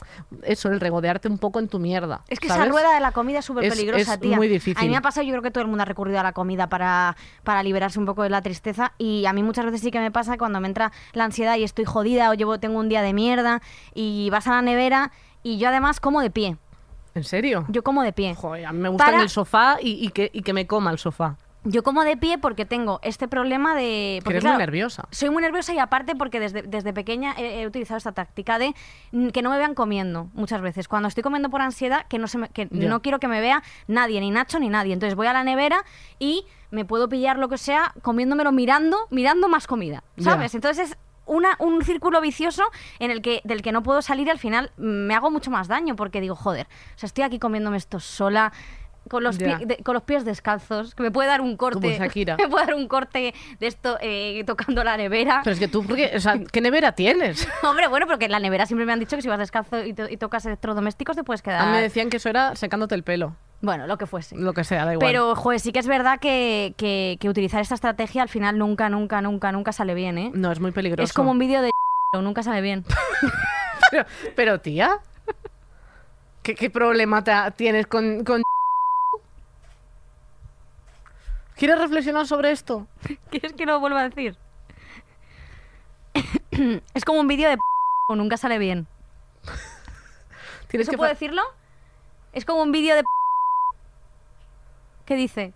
Speaker 2: eso, el regodearte un poco en tu mierda.
Speaker 3: Es que esa
Speaker 2: ¿sabes?
Speaker 3: rueda de la comida es súper
Speaker 2: Es-
Speaker 3: peligrosa,
Speaker 2: es
Speaker 3: tía.
Speaker 2: muy difícil.
Speaker 3: A mí me ha pasado, yo creo que todo el mundo ha recurrido a la comida para, para liberarse un poco de la tristeza. Y a mí muchas veces sí que me pasa cuando me entra la ansiedad y estoy jodida o llevo, tengo un día de mierda y vas a la nevera y yo además como de pie.
Speaker 2: ¿En serio?
Speaker 3: Yo como de pie.
Speaker 2: Joder, a mí me gusta en
Speaker 3: Para-
Speaker 2: el sofá y, y que, y que me coma el sofá.
Speaker 3: Yo como de pie porque tengo este problema de...
Speaker 2: Que
Speaker 3: Porque,
Speaker 2: eres
Speaker 3: claro,
Speaker 2: muy nerviosa.
Speaker 3: Soy muy nerviosa y aparte porque desde, desde pequeña he, he utilizado esta táctica de mm, que no me vean comiendo muchas veces. Cuando estoy comiendo por ansiedad, que no se me- que
Speaker 2: Ya.
Speaker 3: no quiero que me vea nadie, ni Nacho ni nadie. Entonces voy a la nevera y me puedo pillar lo que sea comiéndomelo mirando, mirando más comida,
Speaker 2: Ya.
Speaker 3: ¿sabes? Entonces es una, un círculo vicioso en el que del que no puedo salir y al final mm, me hago mucho más daño porque digo, joder, o sea, estoy aquí comiéndome esto sola con los,
Speaker 2: Ya.
Speaker 3: pie- de- con los pies descalzos, que me puede dar un corte,
Speaker 2: Shakira.
Speaker 3: me puede dar un corte de esto eh, tocando la nevera.
Speaker 2: Pero es que tú, porque, o sea, ¿qué nevera tienes?
Speaker 3: Hombre, bueno, porque en la nevera siempre me han dicho que si vas descalzo y, to- y tocas electrodomésticos te
Speaker 2: A
Speaker 3: puedes
Speaker 2: mí me
Speaker 3: quedar.
Speaker 2: decían que eso era secándote el pelo,
Speaker 3: Bueno, lo que fuese.
Speaker 2: lo que sea, da igual.
Speaker 3: Pero, joder, sí que es verdad que, que- que utilizar esta estrategia al final nunca, nunca, nunca, nunca sale bien, ¿eh?
Speaker 2: no, es muy peligroso.
Speaker 3: Es como un vídeo de... Nunca sale bien.
Speaker 2: Pero, pero, tía, ¿qué, qué problema ta- tienes con, con... ¿Quieres reflexionar sobre esto?
Speaker 3: ¿Quieres que lo vuelva a decir? es como un vídeo de... Nunca sale bien.
Speaker 2: Tienes
Speaker 3: ¿Eso
Speaker 2: que...
Speaker 3: puedo
Speaker 2: fa-
Speaker 3: decirlo? Es como un vídeo de... ¿Qué dice?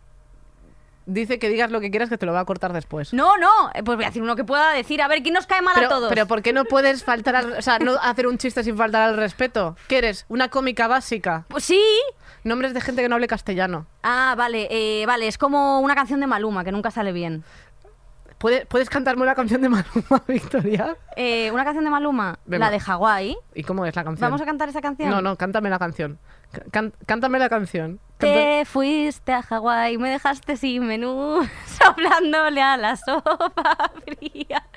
Speaker 2: Dice que digas lo que quieras que te lo va a cortar después.
Speaker 3: No, no, eh, pues voy a decir uno que pueda decir. A ver, ¿quién nos cae mal
Speaker 2: Pero,
Speaker 3: a todos?
Speaker 2: pero ¿por qué no puedes faltar al... O sea, no hacer un chiste sin faltar al respeto? ¿Qué eres? ¿Una cómica básica?
Speaker 3: Pues sí.
Speaker 2: Nombres de gente que no hable castellano.
Speaker 3: Ah, vale, eh, vale, es como una canción de Maluma que nunca sale bien.
Speaker 2: ¿Puedes, ¿Puedes cantarme una canción de Maluma, Victoria?
Speaker 3: Eh, una canción de Maluma,
Speaker 2: Venga.
Speaker 3: la de Hawái.
Speaker 2: ¿Y cómo es la canción?
Speaker 3: ¿Vamos a cantar esa canción?
Speaker 2: No, no, cántame la canción. C- can- cántame la canción. Canta-
Speaker 3: Te fuiste a Hawái, me dejaste sin menú, soplándole a la sopa fría.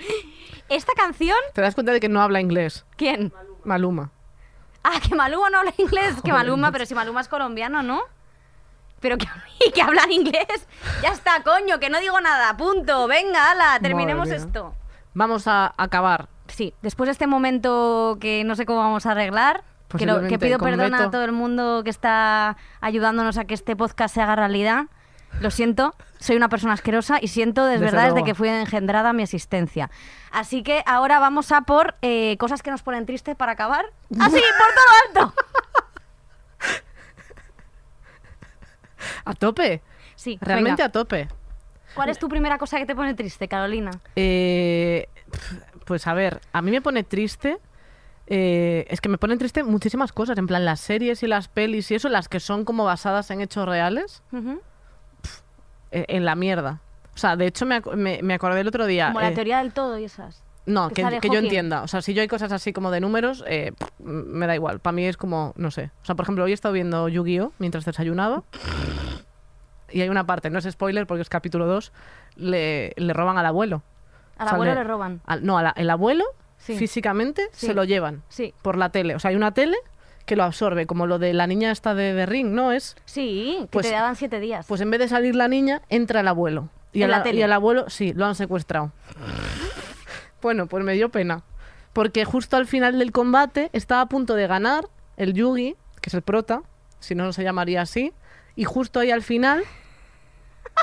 Speaker 3: ¿Esta canción?
Speaker 2: ¿Te das cuenta de que no habla inglés?
Speaker 3: ¿Quién?
Speaker 2: Maluma.
Speaker 3: Ah, que Maluma no habla inglés, que Maluma, pero si Maluma es colombiano, ¿no? Pero que, y que hablan inglés. Ya está, coño, que no digo nada, punto. Venga, ala, terminemos
Speaker 2: mía.
Speaker 3: esto.
Speaker 2: Vamos a acabar.
Speaker 3: Sí, después de este momento que no sé cómo vamos a arreglar, que, lo- que
Speaker 2: Posiblemente
Speaker 3: pido
Speaker 2: con
Speaker 3: perdón a
Speaker 2: veto.
Speaker 3: todo el mundo que está ayudándonos a que este podcast se haga realidad. Lo siento, soy una persona asquerosa y siento de
Speaker 2: Desde
Speaker 3: verdad desde
Speaker 2: luego.
Speaker 3: que fui engendrada mi existencia. Así que ahora vamos a por eh, cosas que nos ponen tristes para acabar. ¡Ah, ¡Así, por todo lo alto!
Speaker 2: A tope,
Speaker 3: Sí,
Speaker 2: realmente
Speaker 3: venga.
Speaker 2: a tope.
Speaker 3: ¿Cuál es tu primera cosa que te pone triste, Carolina?
Speaker 2: Eh, pues a ver, a mí me pone triste. eh, es que me ponen triste muchísimas cosas, en plan las series y las pelis y eso, las que son como basadas en hechos reales,
Speaker 3: Ujú.
Speaker 2: eh, en la mierda. O sea, de hecho me, ac- me- me acordé el otro día.
Speaker 3: Como la
Speaker 2: eh,
Speaker 3: teoría del todo y esas.
Speaker 2: No,
Speaker 3: que
Speaker 2: que,
Speaker 3: sale
Speaker 2: que yo
Speaker 3: Hawking.
Speaker 2: entienda. O sea, si yo hay cosas así como de números, eh, pff, me da igual. Para mí es como, no sé. O sea, por ejemplo, hoy he estado viendo Yu-Gi-Oh! mientras desayunaba. Y hay una parte, no es spoiler porque es capítulo 2, le, le roban al abuelo.
Speaker 3: Al
Speaker 2: Sale-
Speaker 3: abuelo le roban.
Speaker 2: Al- no, al el abuelo
Speaker 3: Sí.
Speaker 2: físicamente
Speaker 3: Sí.
Speaker 2: se lo llevan
Speaker 3: Sí.
Speaker 2: por la tele. O sea, hay una tele que lo absorbe, como lo de la niña esta de The Ring, ¿no? Es,
Speaker 3: Sí, que
Speaker 2: Pues-
Speaker 3: te daban siete días.
Speaker 2: pues en vez de salir la niña, entra el abuelo. Y,
Speaker 3: En
Speaker 2: al-
Speaker 3: la tele.
Speaker 2: y al abuelo, sí, lo han secuestrado. bueno, pues me dio pena. Porque justo al final del combate estaba a punto de ganar el Yugi, que es el prota, si no, no se llamaría así. Y justo ahí al final...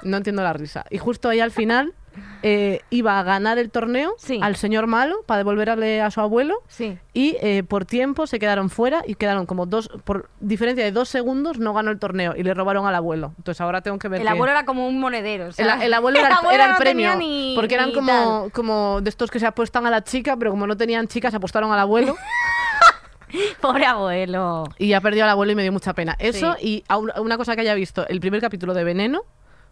Speaker 2: No entiendo la risa. Y justo ahí al final eh, iba a ganar el torneo
Speaker 3: Sí.
Speaker 2: al señor malo para devolverle a su abuelo
Speaker 3: Sí.
Speaker 2: y eh, por tiempo se quedaron fuera y quedaron como dos, por diferencia de dos segundos, no ganó el torneo y le robaron al abuelo. Entonces ahora tengo que ver.
Speaker 3: El
Speaker 2: qué-
Speaker 3: abuelo era como un monedero. o sea,
Speaker 2: El a- el abuelo era, el- era el
Speaker 3: no tenía
Speaker 2: premio.
Speaker 3: ni-
Speaker 2: porque eran
Speaker 3: ni tal.
Speaker 2: como, como de estos que se apuestan a la chica, pero como no tenían chicas, se apostaron al abuelo
Speaker 3: Pobre abuelo.
Speaker 2: y ya perdió al abuelo y me dio mucha pena. Eso y a un- a una cosa que haya visto, el primer capítulo de Veneno,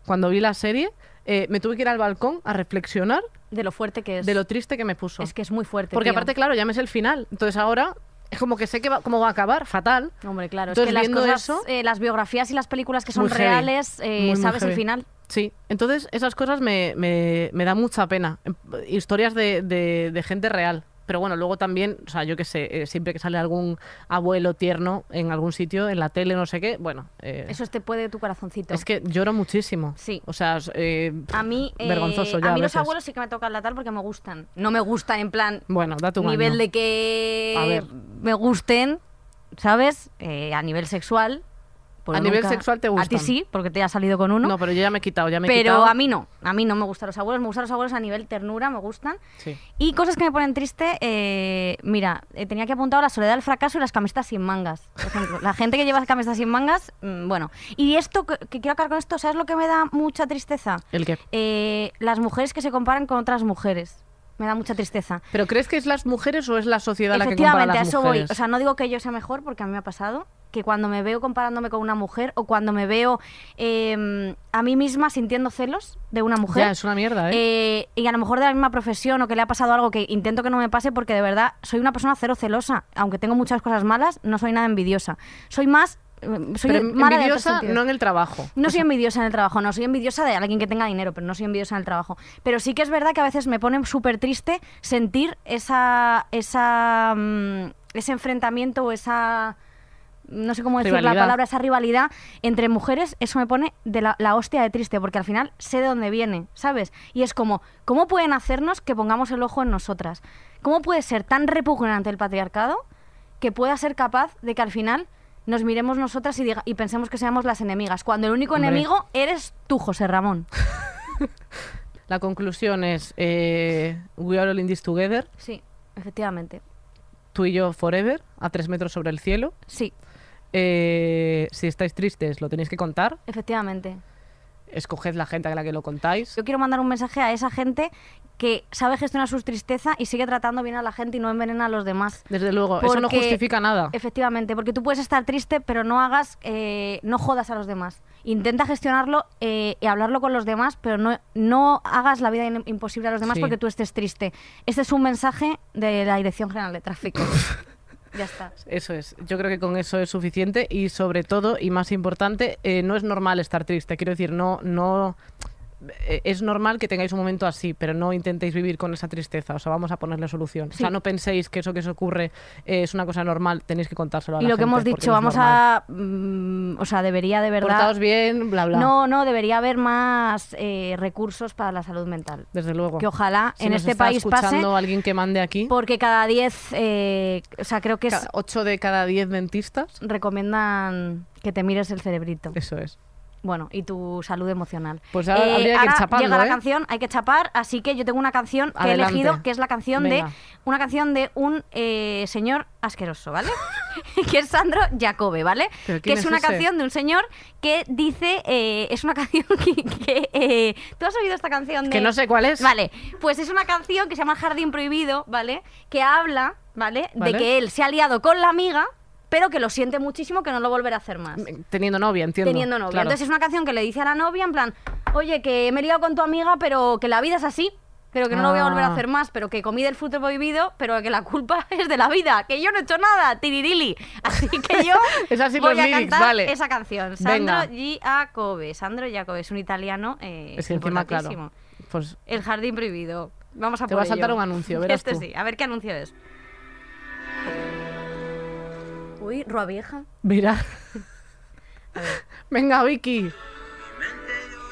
Speaker 2: cuando vi la serie, eh, me tuve que ir al balcón a reflexionar
Speaker 3: De lo fuerte que es.
Speaker 2: de lo triste que me puso.
Speaker 3: Es que es muy fuerte.
Speaker 2: porque
Speaker 3: tío.
Speaker 2: aparte, claro, ya me sé el final. Entonces ahora es como que sé que va- cómo va a acabar, fatal.
Speaker 3: Hombre, claro.
Speaker 2: Entonces,
Speaker 3: es que
Speaker 2: viendo
Speaker 3: las cosas,
Speaker 2: eso-
Speaker 3: eh, las biografías y las películas que son
Speaker 2: Muy heavy.
Speaker 3: reales, eh,
Speaker 2: Muy, muy
Speaker 3: sabes el
Speaker 2: heavy.
Speaker 3: final.
Speaker 2: Sí, entonces esas cosas me, me, me da mucha pena. Em, Historias de, de- de gente real. Pero bueno, luego también, o sea, yo qué sé, eh, siempre que sale algún abuelo tierno en algún sitio, en la tele, no sé qué, bueno, eh,
Speaker 3: Eso te puede tu corazoncito.
Speaker 2: es que lloro muchísimo.
Speaker 3: Sí.
Speaker 2: O sea, es, eh,
Speaker 3: A mí, eh,
Speaker 2: vergonzoso ya.
Speaker 3: a mí los
Speaker 2: veces.
Speaker 3: abuelos sí que me tocan la tal porque me gustan. No me gustan en plan
Speaker 2: Bueno, da tu
Speaker 3: nivel
Speaker 2: mano.
Speaker 3: de
Speaker 2: A
Speaker 3: que
Speaker 2: ver.
Speaker 3: me gusten, ¿sabes? Eh, a nivel sexual. pues
Speaker 2: A nivel
Speaker 3: nunca-
Speaker 2: sexual te
Speaker 3: A ti
Speaker 2: gustan.
Speaker 3: sí, porque te has salido con uno.
Speaker 2: No, pero yo ya me he quitado, ya me he
Speaker 3: pero
Speaker 2: quitado.
Speaker 3: a mí no. A mí no me gustan los abuelos. Me gustan los abuelos a nivel ternura, me gustan.
Speaker 2: Sí.
Speaker 3: Y cosas que me ponen triste, eh, mira, eh, tenía que apuntar la soledad del fracaso y las camisetas sin mangas. Por ejemplo, la gente que lleva camisetas sin mangas, mm, bueno. Y esto, que, que quiero acabar con esto, ¿sabes lo que me da mucha tristeza?
Speaker 2: ¿El qué?
Speaker 3: Eh, las mujeres que se comparan con otras mujeres. Me da mucha tristeza.
Speaker 2: ¿Pero crees que es las mujeres o es la sociedad la que compara a
Speaker 3: Efectivamente,
Speaker 2: las
Speaker 3: a eso voy.
Speaker 2: mujeres?
Speaker 3: O sea, no digo que yo sea mejor, porque a mí me ha pasado que cuando me veo comparándome con una mujer o cuando me veo eh, a mí misma sintiendo celos de una mujer,
Speaker 2: ya, es una mierda, ¿eh?
Speaker 3: eh, y a lo mejor de la misma profesión o que le ha pasado algo que intento que no me pase porque de verdad soy una persona cero celosa. Aunque tengo muchas cosas malas, no soy nada envidiosa. Soy más... eh, Soy
Speaker 2: pero
Speaker 3: mala de otros
Speaker 2: envidiosa
Speaker 3: sentidos.
Speaker 2: no en el trabajo.
Speaker 3: No soy envidiosa en el trabajo, no, soy envidiosa de alguien que tenga dinero, pero no soy envidiosa en el trabajo. Pero sí que es verdad que a veces me pone súper triste sentir esa, esa, mm, ese enfrentamiento o esa, no sé cómo decir la
Speaker 2: Rivalidad.
Speaker 3: palabra, esa rivalidad entre mujeres, eso me pone de la, la hostia de triste, porque al final sé de dónde viene, ¿sabes? Y es como, ¿cómo pueden hacernos que pongamos el ojo en nosotras? ¿Cómo puede ser tan repugnante el patriarcado que pueda ser capaz de que al final nos miremos nosotras y, diga- y pensemos que seamos las enemigas, cuando el único
Speaker 2: Hombre.
Speaker 3: enemigo eres tú, José Ramón.
Speaker 2: La conclusión es eh, We are all in this together,
Speaker 3: Sí, efectivamente.
Speaker 2: tú y yo forever, a tres metros sobre el cielo.
Speaker 3: Sí,
Speaker 2: Eh, si estáis tristes, lo tenéis que contar.
Speaker 3: efectivamente.
Speaker 2: Escoged la gente a la que lo contáis.
Speaker 3: Yo quiero mandar un mensaje a esa gente que sabe gestionar sus tristezas y sigue tratando bien a la gente y no envenena a los demás.
Speaker 2: Desde luego, eso no
Speaker 3: Porque-
Speaker 2: justifica nada.
Speaker 3: Efectivamente, porque tú puedes estar triste, pero no hagas, eh, no jodas a los demás. Intenta gestionarlo eh, y hablarlo con los demás, pero no, no hagas la vida in- imposible a los demás
Speaker 2: Sí.
Speaker 3: porque tú estés triste. Este es un mensaje de la Dirección General de Tráfico. ya está.
Speaker 2: Eso es. Yo creo que con eso es suficiente y sobre todo y más importante, eh, no es normal estar triste. Quiero decir, no, no eh, es normal que tengáis un momento así, pero no intentéis vivir con esa tristeza. O sea, vamos a ponerle solución. O sea,
Speaker 3: Sí.
Speaker 2: no penséis que eso que os ocurre eh, es una cosa normal. Tenéis que contárselo a
Speaker 3: Y
Speaker 2: la
Speaker 3: lo que
Speaker 2: gente,
Speaker 3: hemos
Speaker 2: porque
Speaker 3: dicho,
Speaker 2: no es
Speaker 3: vamos
Speaker 2: normal.
Speaker 3: a... mm, o sea, debería de verdad...
Speaker 2: Portaos bien, bla, bla.
Speaker 3: No, no, debería haber más eh, recursos para la salud mental.
Speaker 2: Desde luego.
Speaker 3: Que ojalá
Speaker 2: Si
Speaker 3: en
Speaker 2: nos
Speaker 3: este
Speaker 2: está
Speaker 3: país pase,
Speaker 2: escuchando alguien que mande aquí,
Speaker 3: porque cada 10, eh, o sea, creo que es,
Speaker 2: 8 de cada 10 dentistas.
Speaker 3: recomiendan que te mires el cerebrito.
Speaker 2: Eso es.
Speaker 3: Bueno, y tu salud emocional.
Speaker 2: Pues ahora habría que ir
Speaker 3: ahora
Speaker 2: chapando,
Speaker 3: Llega la
Speaker 2: ¿eh?
Speaker 3: canción, hay que chapar, así que yo tengo una canción que
Speaker 2: Adelante.
Speaker 3: he elegido, que es la canción
Speaker 2: Venga.
Speaker 3: de una canción de un eh, señor asqueroso, ¿vale? que es Sandro Jacobe, ¿vale?
Speaker 2: ¿Pero
Speaker 3: Que
Speaker 2: quién
Speaker 3: es
Speaker 2: es
Speaker 3: una
Speaker 2: ese?
Speaker 3: canción de un señor que dice, eh, es una canción que, que, eh, tú has oído esta canción de
Speaker 2: Que no sé cuál es.
Speaker 3: Vale, pues es una canción que se llama Jardín Prohibido, ¿vale? Que habla, ¿vale?
Speaker 2: Vale.
Speaker 3: De que él se ha liado con la amiga, pero que lo siente muchísimo que no lo volverá a hacer más.
Speaker 2: Teniendo novia, entiendo.
Speaker 3: Teniendo novia.
Speaker 2: claro.
Speaker 3: Entonces es una canción que le dice a la novia, en plan, oye, que me he liado con tu amiga, pero que la vida es así. Pero que no lo voy a volver
Speaker 2: Ah.
Speaker 3: a hacer más, pero que comí del fruto prohibido, pero que la culpa es de la vida, que yo no he hecho nada, tiririli. Así que yo
Speaker 2: Es así
Speaker 3: voy
Speaker 2: los
Speaker 3: a
Speaker 2: lyrics,
Speaker 3: cantar
Speaker 2: vale.
Speaker 3: esa canción.
Speaker 2: Venga.
Speaker 3: Sandro Giacobbe. Sandro Giacobbe es un italiano eh,
Speaker 2: Es que encima, claro.
Speaker 3: importantísimo.
Speaker 2: Pues
Speaker 3: El jardín prohibido. Vamos a
Speaker 2: Te
Speaker 3: por
Speaker 2: va a saltar
Speaker 3: ello.
Speaker 2: un anuncio, verás
Speaker 3: Este
Speaker 2: tú.
Speaker 3: sí, a ver qué anuncio es. Uy, Rua Vieja.
Speaker 2: mira. Venga, Vicky.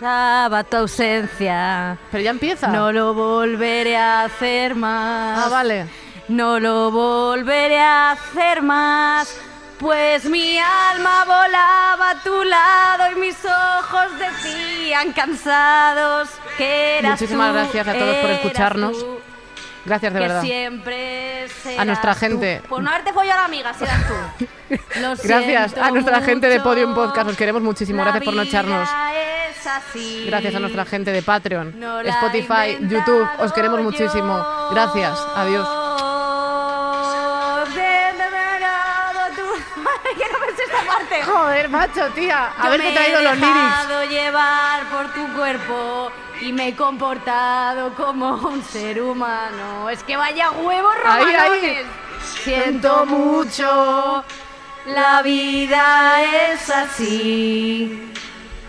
Speaker 3: Daba tu ausencia.
Speaker 2: Pero ya empieza.
Speaker 3: No lo volveré a hacer más.
Speaker 2: Ah, vale.
Speaker 3: No lo volveré a hacer más. Pues mi alma volaba a tu lado y mis ojos decían cansados que eras
Speaker 2: Muchísimas
Speaker 3: tú,
Speaker 2: gracias a todos por
Speaker 3: eras
Speaker 2: escucharnos.
Speaker 3: tú.
Speaker 2: Gracias de
Speaker 3: que
Speaker 2: verdad.
Speaker 3: siempre serás
Speaker 2: A nuestra
Speaker 3: tú.
Speaker 2: gente.
Speaker 3: Por no haberte follado a la amiga, si eras tú. Lo
Speaker 2: Gracias
Speaker 3: siento
Speaker 2: a nuestra gente de
Speaker 3: mucho.
Speaker 2: Podium Podcast. Os queremos muchísimo.
Speaker 3: La
Speaker 2: Gracias por no
Speaker 3: vida
Speaker 2: echarnos.
Speaker 3: es así.
Speaker 2: Gracias a nuestra gente de Patreon,
Speaker 3: No la he
Speaker 2: Spotify, YouTube. Os queremos
Speaker 3: inventado
Speaker 2: muchísimo.
Speaker 3: yo.
Speaker 2: Gracias. Adiós.
Speaker 3: Te he dejado tú- Ay, que no me sé esta parte.
Speaker 2: Joder, macho, tía.
Speaker 3: Yo
Speaker 2: Haberte
Speaker 3: me
Speaker 2: traído
Speaker 3: he
Speaker 2: los lyrics.
Speaker 3: dejado llevar por tu cuerpo y me he comportado como un ser humano. Es que vaya huevos
Speaker 2: Ahí, ahí.
Speaker 3: romanones. Siento mucho, la vida es así.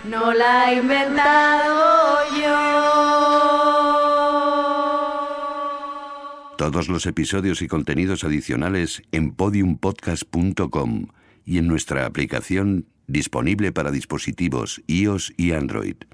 Speaker 3: No la he inventado yo.
Speaker 4: Todos los episodios y contenidos adicionales en podiumpodcast.com y en nuestra aplicación disponible para dispositivos iOS y Android.